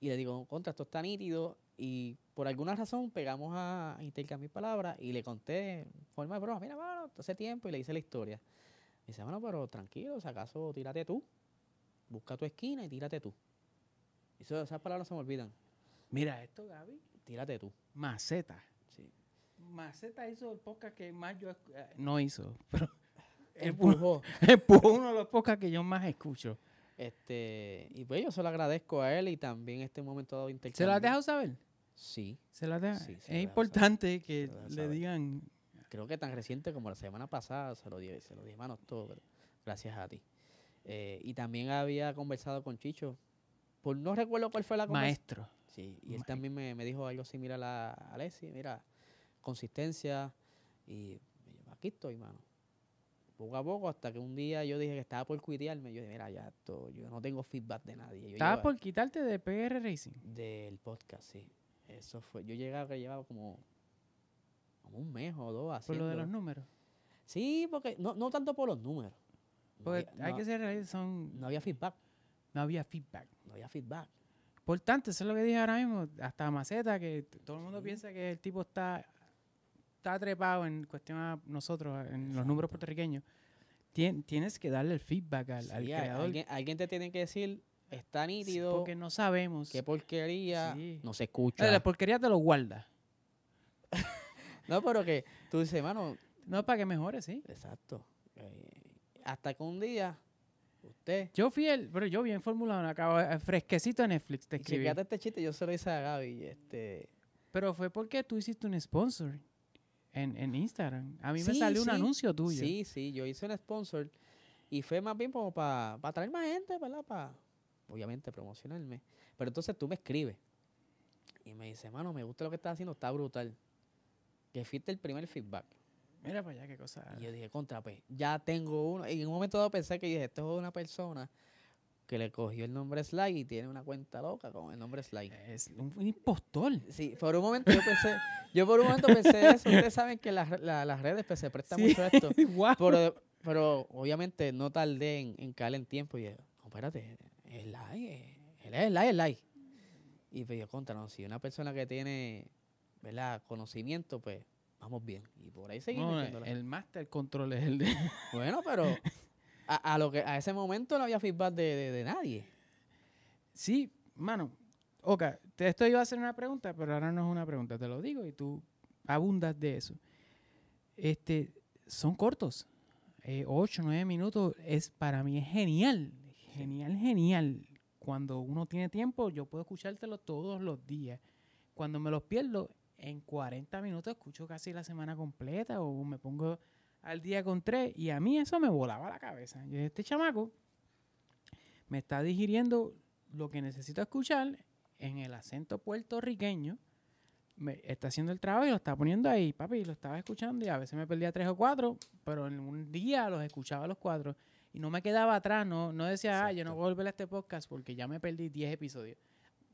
Speaker 3: y le digo, contra, esto está nítido. Y por alguna razón pegamos a intercambiar palabras y le conté en forma de broma, mira, mano, hace tiempo y le hice la historia. Me dice, bueno, pero tranquilo, si acaso tírate tú. Busca tu esquina y tírate tú. Eso, esas palabras no se me olvidan.
Speaker 2: Mira esto, Gaby.
Speaker 3: Tírate tú.
Speaker 2: Maceta.
Speaker 3: Sí.
Speaker 2: Maceta hizo el podcast que más yo... escu- eh, No hizo, pero
Speaker 3: Empujó.
Speaker 2: empujó uno de los podcasts que yo más escucho.
Speaker 3: Este, y pues yo se lo agradezco a él y también este momento dado de
Speaker 2: ¿Se lo has
Speaker 3: intercambio.
Speaker 2: dejado saber?
Speaker 3: Sí,
Speaker 2: Se la deja.
Speaker 3: Sí, se la
Speaker 2: es
Speaker 3: deja
Speaker 2: importante que
Speaker 3: Se la deja
Speaker 2: le
Speaker 3: saber. Ah,
Speaker 2: digan.
Speaker 3: creo que tan reciente como la semana pasada se lo dije, se lo dije, mano, todo, gra- gracias a ti. Eh, y también había conversado con Chicho, por no recuerdo cuál fue la conversación.
Speaker 2: Maestro.
Speaker 3: Sí, y él
Speaker 2: Maestro.
Speaker 3: también me, me dijo algo similar a Alessi, mira, consistencia, y yo, aquí estoy, mano. Poco a poco, hasta que un día yo dije que estaba por cuidarme, yo dije, mira, ya, esto, yo no tengo feedback de nadie. Yo
Speaker 2: Estaba
Speaker 3: lleva-
Speaker 2: por quitarte de PR Racing.
Speaker 3: Del podcast, sí. Eso fue. Yo llegaba que llevaba como, como un mes o dos así.
Speaker 2: Por lo de los números.
Speaker 3: Sí, porque no, no tanto por los números. No
Speaker 2: Porque
Speaker 3: había,
Speaker 2: hay
Speaker 3: no-
Speaker 2: que ser realistas, son,
Speaker 3: no
Speaker 2: no.
Speaker 3: había feedback.
Speaker 2: había feedback.
Speaker 3: No había feedback.
Speaker 2: Importante, eso es lo que dije ahora mismo. Hasta Maceta, que t- todo el mundo
Speaker 3: Sí.
Speaker 2: piensa que el tipo está, está trepado en cuestión a nosotros, en los números puertorriqueños. Tien- tienes que darle el feedback al, al
Speaker 3: Sí, a-
Speaker 2: creador.
Speaker 3: alguien, alguien te tiene que decir, está
Speaker 2: Sí,
Speaker 3: nítido,
Speaker 2: porque no sabemos.
Speaker 3: qué porquería,
Speaker 2: Sí.
Speaker 3: no se
Speaker 2: La de
Speaker 3: escucha.
Speaker 2: las porquerías te lo guarda.
Speaker 3: No, pero que tú dices, mano,
Speaker 2: No es para que mejore, sí.
Speaker 3: exacto. eh, hasta que un día, usted,
Speaker 2: Yo fui el, pero yo bien formulado, acabo fresquecito de Netflix, te
Speaker 3: y
Speaker 2: escribí.
Speaker 3: chequeate este chiste, yo se lo hice a Gaby, este...
Speaker 2: Pero fue porque tú hiciste un sponsor en, en Instagram. A mí me
Speaker 3: Sí,
Speaker 2: salió un
Speaker 3: sí,
Speaker 2: anuncio tuyo.
Speaker 3: Sí, sí, yo hice un sponsor y fue más bien como para traer más gente, ¿verdad? Para, obviamente, promocionarme. Pero entonces tú me escribes y me dices, mano, me gusta lo que estás haciendo, está brutal. Que fuiste el primer feedback.
Speaker 2: Mira para allá qué cosa.
Speaker 3: Y yo dije, contra, pues, ya tengo uno. Y en un momento dado pensé que dije, esto es una persona que le cogió el nombre Sly y tiene una cuenta loca con el nombre Sly.
Speaker 2: Es un, un impostor.
Speaker 3: Sí, por un momento yo pensé, yo por un momento pensé eso. Ustedes saben que las, re- la- las redes pues, se prestan
Speaker 2: Sí.
Speaker 3: mucho a esto.
Speaker 2: Guau.
Speaker 3: Pero, pero obviamente no tardé en, en caer en tiempo. Y yo, no, espérate, es like, es like, es like, es like. Y pues yo, contra, no, si una persona que tiene, ¿verdad? Conocimiento, pues vamos bien. Y por ahí seguimos.
Speaker 2: No, eh,
Speaker 3: metiéndola.
Speaker 2: el master control es el de.
Speaker 3: Bueno, pero a, a lo que, a ese momento no había feedback de, de- de nadie.
Speaker 2: Sí, mano. Oka, te esto iba a hacer una pregunta, pero ahora no es una pregunta, te lo digo y tú abundas de eso. Este, son cortos. Eh, ocho, nueve minutos es para mí es genial, genial, genial. Cuando uno tiene tiempo, yo puedo escuchártelo todos los días. Cuando me los pierdo, en 40 minutos escucho casi la semana completa o me pongo al día con tres y a mí eso me volaba la cabeza. Yo dije, este chamaco me está digiriendo lo que necesito escuchar en el acento puertorriqueño. Me está haciendo el trabajo y lo está poniendo ahí, papi, y lo estaba escuchando y a veces me perdía tres o cuatro, pero en un día los escuchaba los cuatro y no me quedaba atrás, no, no decía, ah, yo no
Speaker 3: Exacto.
Speaker 2: voy a volver a este podcast porque ya me perdí 10 episodios.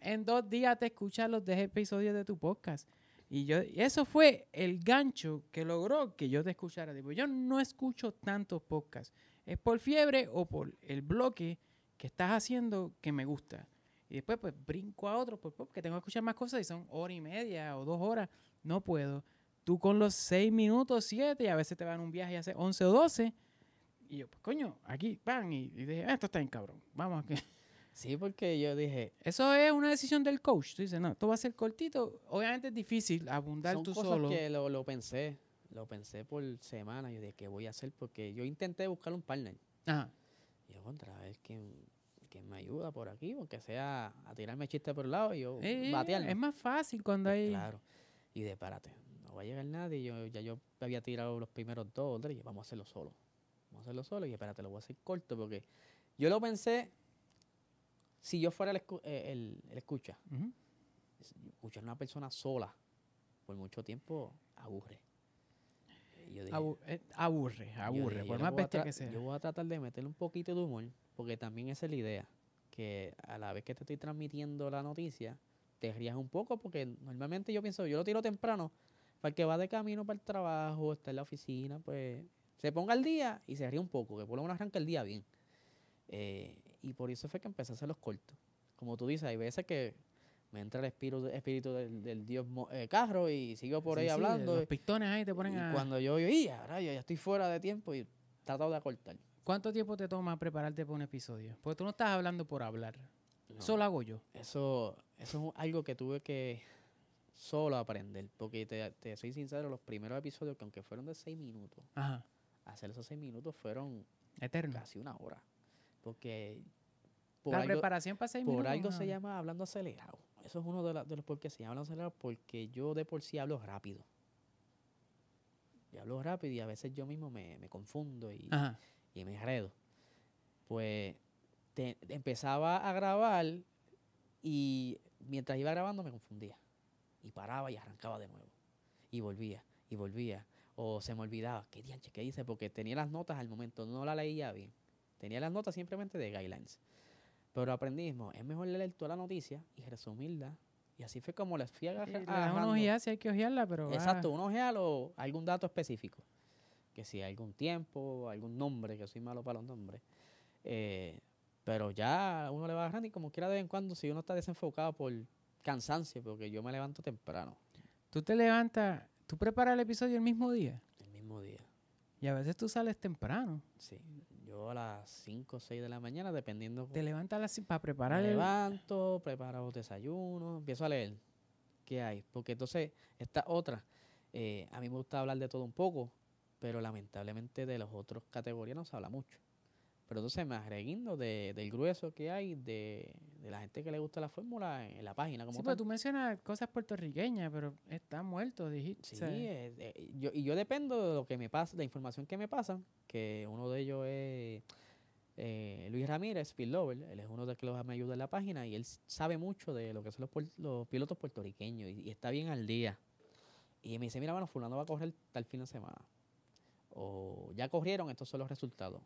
Speaker 2: En dos días te escuchas los 10 episodios de tu podcast. Y yo, y eso fue el gancho que logró que yo te escuchara. Tipo, yo no escucho tantos podcasts. Es por fiebre o por el bloque que estás haciendo que me gusta. Y después, pues, brinco a otro por porque tengo que escuchar más cosas y son hora y media o dos horas. No puedo. Tú con los seis minutos, siete, y a veces te van un viaje y hace once o doce. Y yo, pues, coño, aquí, pan. Y, y dije, "Ah, esto está bien, cabrón. Vamos a que...
Speaker 3: Sí, porque yo dije,
Speaker 2: Eso es una decisión del coach. Tú dices, no, esto va a ser cortito. Obviamente es difícil abundar
Speaker 3: son
Speaker 2: tú
Speaker 3: cosas
Speaker 2: solo.
Speaker 3: que lo, lo pensé, lo pensé por semana. Yo dije, ¿qué voy a hacer? Porque yo intenté buscar un partner.
Speaker 2: Ajá.
Speaker 3: Y yo, contra, a ver quién, quién me ayuda por aquí, porque sea a tirarme chistes por el lado y yo
Speaker 2: Eh,
Speaker 3: batearlo.
Speaker 2: es más fácil cuando
Speaker 3: Pues
Speaker 2: hay...
Speaker 3: Claro. Y de párate, no va a llegar nadie. Yo, ya yo había tirado los primeros dos, tres, y yo, vamos a hacerlo solo. Vamos a hacerlo solo. Y espérate, lo voy a hacer corto, porque yo lo pensé, si yo fuera el, escu- eh, el- el escucha,
Speaker 2: Ujú.
Speaker 3: escuchar a una persona sola por mucho tiempo aburre. Y yo dije,
Speaker 2: Abu- eh, aburre,
Speaker 3: yo
Speaker 2: aburre.
Speaker 3: dije,
Speaker 2: Por
Speaker 3: yo le
Speaker 2: más
Speaker 3: voy a
Speaker 2: bestia
Speaker 3: tra-
Speaker 2: que sea.
Speaker 3: Yo voy a tratar de meterle un poquito de humor, porque también esa es la idea. Que a la vez que te estoy transmitiendo la noticia, te rías un poco, porque normalmente yo pienso, yo lo tiro temprano, para el que va de camino para el trabajo, está en la oficina, pues se ponga al día y se ríe un poco, que por lo menos arranca el día bien. Eh, y por eso fue que empecé a hacer los cortos. Como tú dices, hay veces que me entra el espíritu, espíritu del, del dios mo- eh, carro y sigo por
Speaker 2: Sí,
Speaker 3: ahí
Speaker 2: sí,
Speaker 3: hablando. eh,
Speaker 2: Los pistones ahí te ponen
Speaker 3: Y
Speaker 2: a...
Speaker 3: cuando yo, yo, y ahora yo ya estoy fuera de tiempo y tratado de acortar.
Speaker 2: ¿Cuánto tiempo te toma prepararte para un episodio? Porque tú no estás hablando por hablar. Eso lo hago yo.
Speaker 3: Eso, Eso es algo que tuve que solo aprender. Porque te, te soy sincero, los primeros episodios, que aunque fueron de seis minutos,
Speaker 2: Ajá.
Speaker 3: hacer esos seis minutos fueron
Speaker 2: Eterno.
Speaker 3: casi una hora. Porque por
Speaker 2: La
Speaker 3: algo,
Speaker 2: preparación para seis
Speaker 3: por
Speaker 2: minutos,
Speaker 3: algo se
Speaker 2: una-
Speaker 3: llama hablando acelerado. Eso es uno de, la- de los por qué se llama hablando acelerado, porque yo de por sí hablo rápido. Yo hablo rápido y a veces yo mismo me, me confundo y,
Speaker 2: Ajá.
Speaker 3: y me enredo. Pues te- empezaba a grabar y mientras iba grabando me confundía. Y paraba y arrancaba de nuevo. Y volvía, y volvía. O se me olvidaba, ¿qué dianche, qué hice? Porque tenía las notas al momento, no la leía bien. Tenía las notas simplemente de guidelines. Pero aprendimos, es mejor leer toda la noticia y resumirla. Y así fue como les
Speaker 2: Sí,
Speaker 3: fui agarra-
Speaker 2: Eh, le das una
Speaker 3: agarrando.
Speaker 2: ojeada si hay que ojearla, pero. ah,
Speaker 3: Exacto, uno ojea lo- algún dato específico. Que si algún tiempo, algún nombre, que soy malo para los nombres. Eh, pero ya uno le va agarrando y como quiera de vez en cuando, si uno está desenfocado por cansancio, porque yo me levanto temprano
Speaker 2: Tú te levantas, tú preparas el episodio el mismo día.
Speaker 3: el mismo día.
Speaker 2: Y a veces tú sales temprano.
Speaker 3: Sí, yo a las 5 o 6 de la mañana, dependiendo.
Speaker 2: Te levantas a las cin- para preparar
Speaker 3: Me
Speaker 2: el.
Speaker 3: levanto, preparo desayuno, empiezo a leer qué hay. Porque entonces, esta otra, eh, a mí me gusta hablar de todo un poco, pero lamentablemente de las otras categorías no se habla mucho. Pero entonces me arreguindo de, del grueso que hay, de, de la gente que le gusta la fórmula en, en la página. Como
Speaker 2: Sí, pero
Speaker 3: tal.
Speaker 2: tú mencionas cosas puertorriqueñas, pero está muerto, dijiste.
Speaker 3: Sí,
Speaker 2: o sea,
Speaker 3: eh, eh, yo, y yo dependo de lo que me pasa, la información que me pasan, que uno de ellos es eh, Luis Ramírez, Speed Lover, él es uno de los que los- me ayuda en la página y él s- sabe mucho de lo que son los, puer- los pilotos puertorriqueños y, y está bien al día. Y me dice, mira, mano, fulano va a correr tal fin de semana. O ya corrieron, estos son los resultados.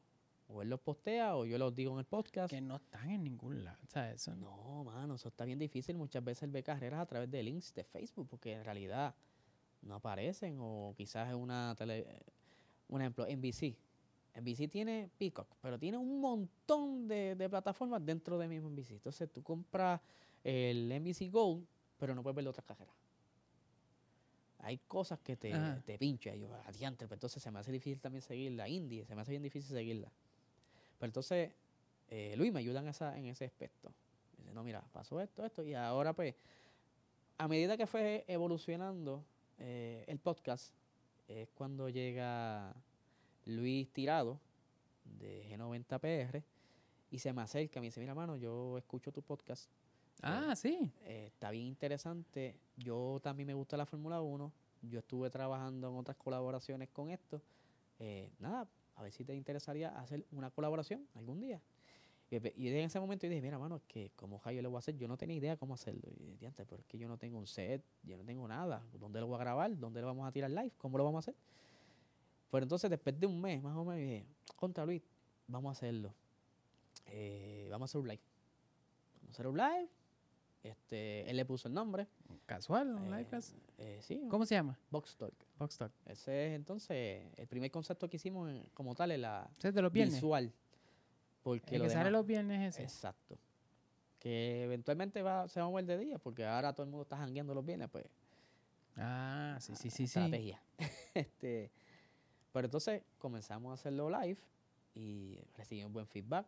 Speaker 3: O él los postea o yo los digo en el podcast.
Speaker 2: que no están en ningún lado. O sea, eso no.
Speaker 3: No, mano, eso está bien difícil. Muchas veces él ve carreras a través de links de Facebook porque en realidad no aparecen o quizás es una tele... Un ejemplo, NBC. NBC tiene Peacock, pero tiene un montón de, de plataformas dentro de mismo NBC. Entonces tú compras el NBC Gold, pero no puedes ver otras carreras. Hay cosas que te,
Speaker 2: Ajá.
Speaker 3: te pincha. y Yo, adiante, pero entonces se me hace difícil también seguirla. Indie, se me hace bien difícil seguirla. Pero entonces, eh, Luis me ayuda en, esa, en ese aspecto. Me dice, no, mira, pasó esto, esto. Y ahora, pues, a medida que fue evolucionando eh, el podcast, es cuando llega Luis Tirado de G90PR y se me acerca. Me dice, mira, mano, yo escucho tu podcast.
Speaker 2: Ah, sí.
Speaker 3: eh, está bien interesante. Yo también me gusta la Fórmula 1. Yo estuve trabajando en otras colaboraciones con esto. Eh, nada, a ver si te interesaría hacer una colaboración algún día. Y, pe- y en ese momento yo dije, mira, mano, es que como yo lo voy a hacer, yo no tenía idea cómo hacerlo. Y dije, antes, pero es que yo no tengo un set, yo no tengo nada. ¿Dónde lo voy a grabar? ¿Dónde lo vamos a tirar live? ¿Cómo lo vamos a hacer? Pero entonces, después de un mes más o menos, yo dije, contra Luis, vamos a hacerlo. Eh, vamos a hacer un live. Vamos a hacer un live. Este, él le puso el nombre.
Speaker 2: Casual, un
Speaker 3: Eh,
Speaker 2: live class.
Speaker 3: eh, sí,
Speaker 2: ¿Cómo se llama?
Speaker 3: Box Talk.
Speaker 2: Box Talk.
Speaker 3: Ese es entonces el primer concepto que hicimos en- como tal, en la
Speaker 2: Ese es de los viernes.
Speaker 3: visual.
Speaker 2: El
Speaker 3: Porque
Speaker 2: que
Speaker 3: lo
Speaker 2: sale
Speaker 3: demás-
Speaker 2: los viernes ese.
Speaker 3: Exacto. Que eventualmente va, se va a mover de día, porque ahora todo el mundo está jangueando los bienes, pues.
Speaker 2: Ah, sí, sí, sí, sí.
Speaker 3: Estrategia. este, pero entonces comenzamos a hacerlo live y recibimos buen feedback.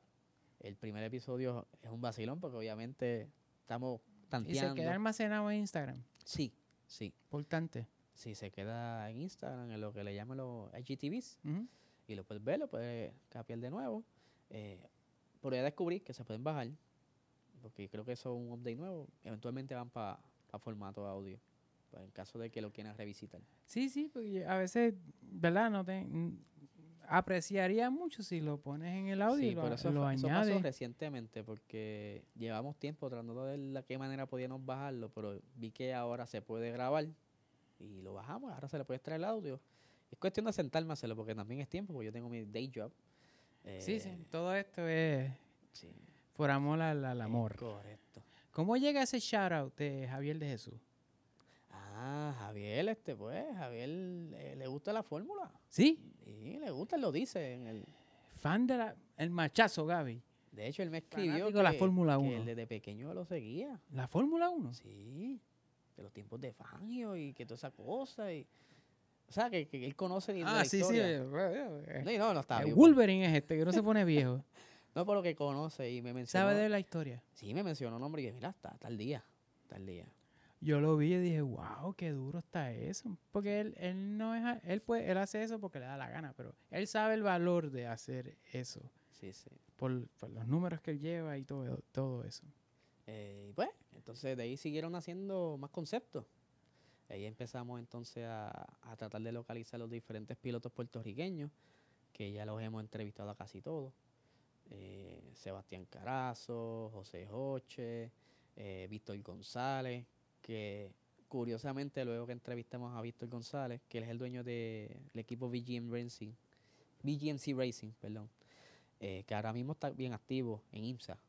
Speaker 3: El primer episodio es un vacilón, porque obviamente estamos
Speaker 2: Y se queda
Speaker 3: tanteando.
Speaker 2: almacenado en Instagram.
Speaker 3: Sí, sí.
Speaker 2: Importante.
Speaker 3: Sí, se queda en Instagram, en lo que le llaman los IGTVs.
Speaker 2: Ujú.
Speaker 3: y lo puedes ver, lo puedes capiar de nuevo. Eh, pero ya descubrí que se pueden bajar, porque creo que eso es un update nuevo. Eventualmente van para formato audio, pa- en caso de que lo quieran revisitar.
Speaker 2: Sí, sí, porque a veces, ¿verdad? No te n- apreciaría mucho si lo pones en el audio y
Speaker 3: Sí,
Speaker 2: lo,
Speaker 3: pero
Speaker 2: a-
Speaker 3: eso,
Speaker 2: lo
Speaker 3: fa- eso pasó
Speaker 2: añades.
Speaker 3: recientemente, porque llevamos tiempo tratando de ver de qué manera podíamos bajarlo, pero vi que ahora se puede grabar y lo bajamos, ahora se le puede extraer el audio. Es cuestión de sentarme a hacerlo, porque también es tiempo, porque yo tengo mi day job.
Speaker 2: sí, sí.
Speaker 3: Eh,
Speaker 2: Todo esto es
Speaker 3: sí,
Speaker 2: por amor al, al
Speaker 3: es
Speaker 2: amor.
Speaker 3: Correcto.
Speaker 2: ¿Cómo llega ese shout out de Javier de Jesús?
Speaker 3: Ah, Javier, este pues, Javier eh, le gusta la fórmula.
Speaker 2: ¿Sí?
Speaker 3: Sí, le gusta, él lo dice. en el-
Speaker 2: Fan de la, el machazo, Gaby.
Speaker 3: de hecho, él me escribió
Speaker 2: Fanático de la Fórmula
Speaker 3: que
Speaker 2: 1.
Speaker 3: él desde pequeño lo seguía.
Speaker 2: ¿La Fórmula 1?
Speaker 3: Sí, de los tiempos de Fangio y que toda esa cosa. Y, o sea, que, que él conoce de- de la
Speaker 2: Ah, sí, sí.
Speaker 3: historia.
Speaker 2: eh, eh,
Speaker 3: No, y no, no está
Speaker 2: El
Speaker 3: vivo.
Speaker 2: Wolverine es este, que no se pone viejo.
Speaker 3: No por lo que conoce y me mencionó.
Speaker 2: Sabe de la historia.
Speaker 3: Sí, me mencionó nombre y dije, mira, está, está al día. está al día.
Speaker 2: Yo lo vi y dije, wow, qué duro está eso. Porque él, él no es, a- él puede, él hace eso porque le da la gana, pero él sabe el valor de hacer eso,
Speaker 3: Sí, sí.
Speaker 2: por, por los números que él lleva y todo, todo eso.
Speaker 3: Eh, y pues, entonces de ahí siguieron haciendo más conceptos. Ahí empezamos entonces a, a tratar de localizar los diferentes pilotos puertorriqueños, que ya los hemos entrevistado a casi todos. Eh, Sebastián Carazo, José Joche, eh, Víctor González, que curiosamente luego que entrevistamos a Víctor González, que él es el dueño del equipo BGM Racing, BGMC Racing, perdón, eh, que ahora mismo está bien activo en IMSA.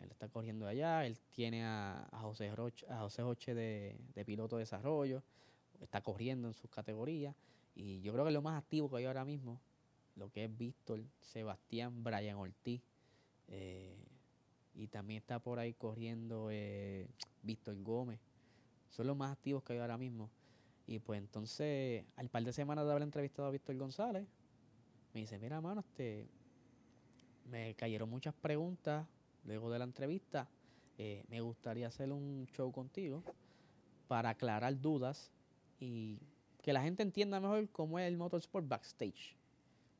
Speaker 3: Él está corriendo allá, él tiene a, a José Roche, a José Roche de, de piloto de desarrollo, está corriendo en sus categorías. Y yo creo que lo más activo que hay ahora mismo, lo que es Víctor, Sebastián, Brian Ortiz. eh, y también está por ahí corriendo eh, Víctor Gómez. Son los más activos que hay ahora mismo. Y pues entonces, al par de semanas de haber entrevistado a Víctor González, me dice, mira mano, este, me cayeron muchas preguntas luego de la entrevista, eh, me gustaría hacer un show contigo para aclarar dudas y que la gente entienda mejor cómo es el Motorsport Backstage,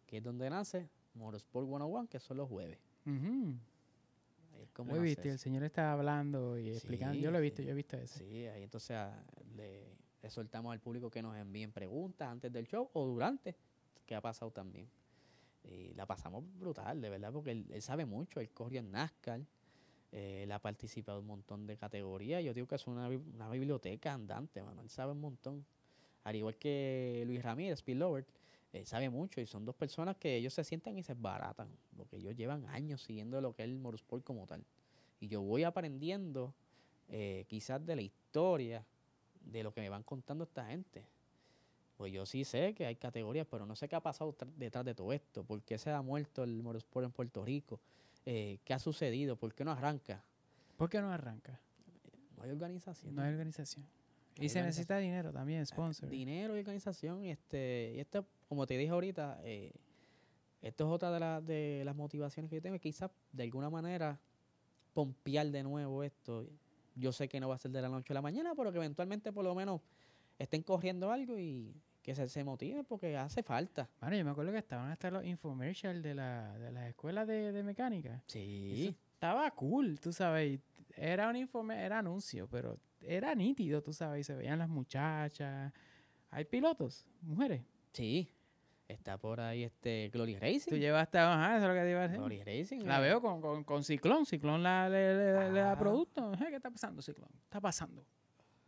Speaker 3: que es donde nace Motorsport 101, que son los jueves.
Speaker 2: Ujú.
Speaker 3: Ahí es como
Speaker 2: Lo he
Speaker 3: nace
Speaker 2: visto, y el
Speaker 3: eso.
Speaker 2: señor está hablando y explicando.
Speaker 3: Sí,
Speaker 2: Yo lo he visto,
Speaker 3: sí.
Speaker 2: yo he visto eso.
Speaker 3: Pues Sí, ahí entonces ah, le, le soltamos al público que nos envíen preguntas antes del show o durante, que ha pasado también. Y la pasamos brutal, de verdad, porque él, él sabe mucho, él corrió en NASCAR, eh, él ha participado en un montón de categorías, yo digo que es una, bib- una biblioteca andante, mano, él sabe un montón. Al igual que Luis Ramírez, Bill Lover, él sabe mucho y son dos personas que ellos se sientan y se baratan, porque ellos llevan años siguiendo lo que es el motorsport como tal. Y yo voy aprendiendo eh, quizás de la historia de lo que me van contando esta gente. Pues yo sí sé que hay categorías, pero no sé qué ha pasado tra- detrás de todo esto. ¿Por qué se ha muerto el motorsport en Puerto Rico? Eh, ¿Qué ha sucedido? ¿Por qué no arranca?
Speaker 2: ¿Por qué no arranca?
Speaker 3: No hay organización.
Speaker 2: No hay organización. Y
Speaker 3: Hay
Speaker 2: se
Speaker 3: organización. Ah,
Speaker 2: necesita dinero también, sponsor.
Speaker 3: Dinero y organización. y Este, y esto, como te dije ahorita, eh, esto es otra de, la- de las motivaciones que yo tengo. Quizás de alguna manera pompear de nuevo esto. Yo sé que no va a ser de la noche a la mañana, pero que eventualmente por lo menos estén corriendo algo y que se, se motive porque hace falta.
Speaker 2: Bueno, yo me acuerdo que estaban hasta los infomercials de, la, de las escuelas de, de mecánica. Eso
Speaker 3: Sí.
Speaker 2: estaba cool, tú sabes. y Era un informe, era anuncio, pero era nítido, tú sabes. Y se veían las muchachas. Hay pilotos, mujeres.
Speaker 3: Sí. Está por ahí este Glory
Speaker 2: Tú
Speaker 3: Racing.
Speaker 2: llevaste a ajá, eso es lo que te iba a decir.
Speaker 3: Glory Racing.
Speaker 2: La
Speaker 3: eh,
Speaker 2: veo con, con, con Ciclón. Ciclón la, le, le- le da
Speaker 3: Ah.
Speaker 2: producto. Ajá, ¿Qué está pasando, Ciclón? Está pasando.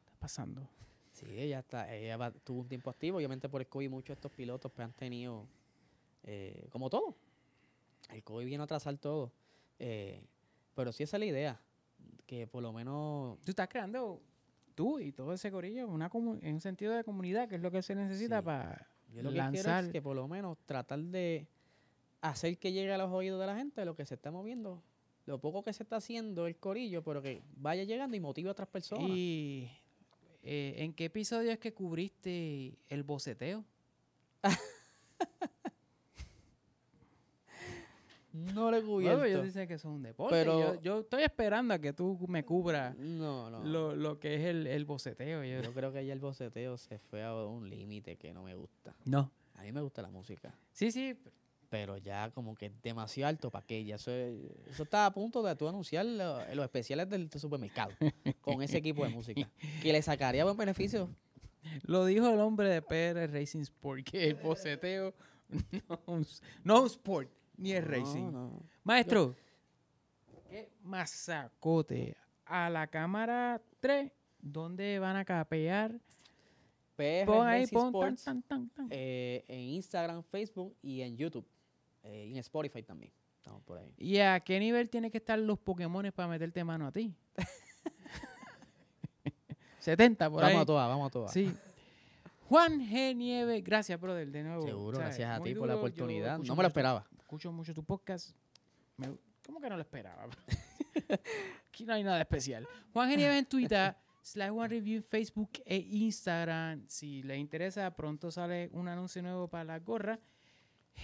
Speaker 2: Está pasando.
Speaker 3: Sí, ella está, ella va- tuvo un tiempo activo, obviamente por el COVID muchos de estos pilotos pues, han tenido, eh, como todo, el COVID viene a atrasar todo, eh, pero sí esa es la idea, que por lo menos,
Speaker 2: Tú estás creando, tú y todo ese corillo, una comu- en un sentido de comunidad, que es lo que se necesita
Speaker 3: Sí.
Speaker 2: para
Speaker 3: yo lo que quiero es
Speaker 2: lanzar.
Speaker 3: que por lo menos tratar de hacer que llegue a los oídos de la gente lo que se está moviendo, lo poco que se está haciendo el corillo, pero que vaya llegando y motive a otras personas.
Speaker 2: ¿Y eh, en qué episodio es que cubriste el boceteo?
Speaker 3: no le
Speaker 2: Luego
Speaker 3: cubierto.
Speaker 2: ellos dicen que eso es un deporte.
Speaker 3: Pero-
Speaker 2: yo, yo estoy esperando a que tú me cubras
Speaker 3: No, no.
Speaker 2: lo, lo que es el, el boceteo. Yo-
Speaker 3: Yo creo que ya el boceteo se fue a un límite que no me gusta.
Speaker 2: no.
Speaker 3: A mí me gusta la música,
Speaker 2: Sí, sí.
Speaker 3: pero ya como que es demasiado alto para que ya eso, es- eso está a punto de tú anunciar lo- los especiales del supermercado con ese equipo de música, que le sacaría buen beneficio.
Speaker 2: Lo dijo el hombre de PR Racing Sport, que el boceteo no es un s- no es un sport, ni es
Speaker 3: No,
Speaker 2: racing.
Speaker 3: no.
Speaker 2: Maestro, qué masacote. A la cámara 3, ¿dónde van a capear?
Speaker 3: PR
Speaker 2: Pon ahí,
Speaker 3: Racing
Speaker 2: pon tan,
Speaker 3: Sports,
Speaker 2: tan, tan, tan.
Speaker 3: eh, en Instagram, Facebook y en YouTube. eh, y en Spotify también. Estamos por ahí.
Speaker 2: ¿Y a qué nivel tienen que estar los Pokémones para meterte mano a ti? 70 por
Speaker 3: vamos
Speaker 2: ahí.
Speaker 3: a todas, vamos a todas.
Speaker 2: Sí. Juan G. Nieves, gracias, brother, de nuevo.
Speaker 3: Seguro,
Speaker 2: ¿Sabes?
Speaker 3: gracias a
Speaker 2: Muy
Speaker 3: ti por la
Speaker 2: duro, yo
Speaker 3: oportunidad.
Speaker 2: escucho
Speaker 3: No me lo
Speaker 2: mucho tu-
Speaker 3: esperaba.
Speaker 2: Escucho mucho tu podcast. Me- ¿Cómo que no lo esperaba? Aquí no hay nada especial. Juan G. Nieves en Twitter, Slash One Review en Facebook e Instagram. Si les interesa, pronto sale un anuncio nuevo para la gorra.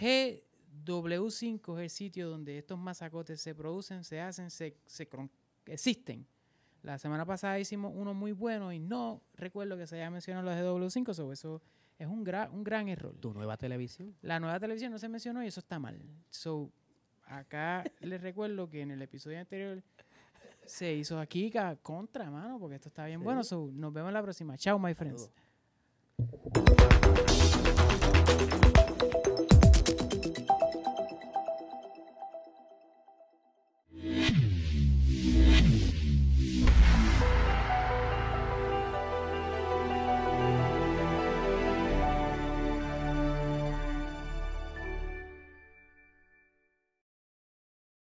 Speaker 2: GW5 es el sitio donde estos masacotes se producen, se hacen, se, se cron- existen. La semana pasada hicimos uno muy bueno y no recuerdo que se haya mencionado los de W5, so eso es un, gra- un gran error.
Speaker 3: Tu nueva televisión.
Speaker 2: La nueva televisión no se mencionó y eso está mal. So, acá les recuerdo que en el episodio anterior se hizo aquí ca- contra, mano, porque esto está bien
Speaker 3: Sí.
Speaker 2: bueno. So, nos vemos la próxima. Chao, my friends.
Speaker 3: Saludos.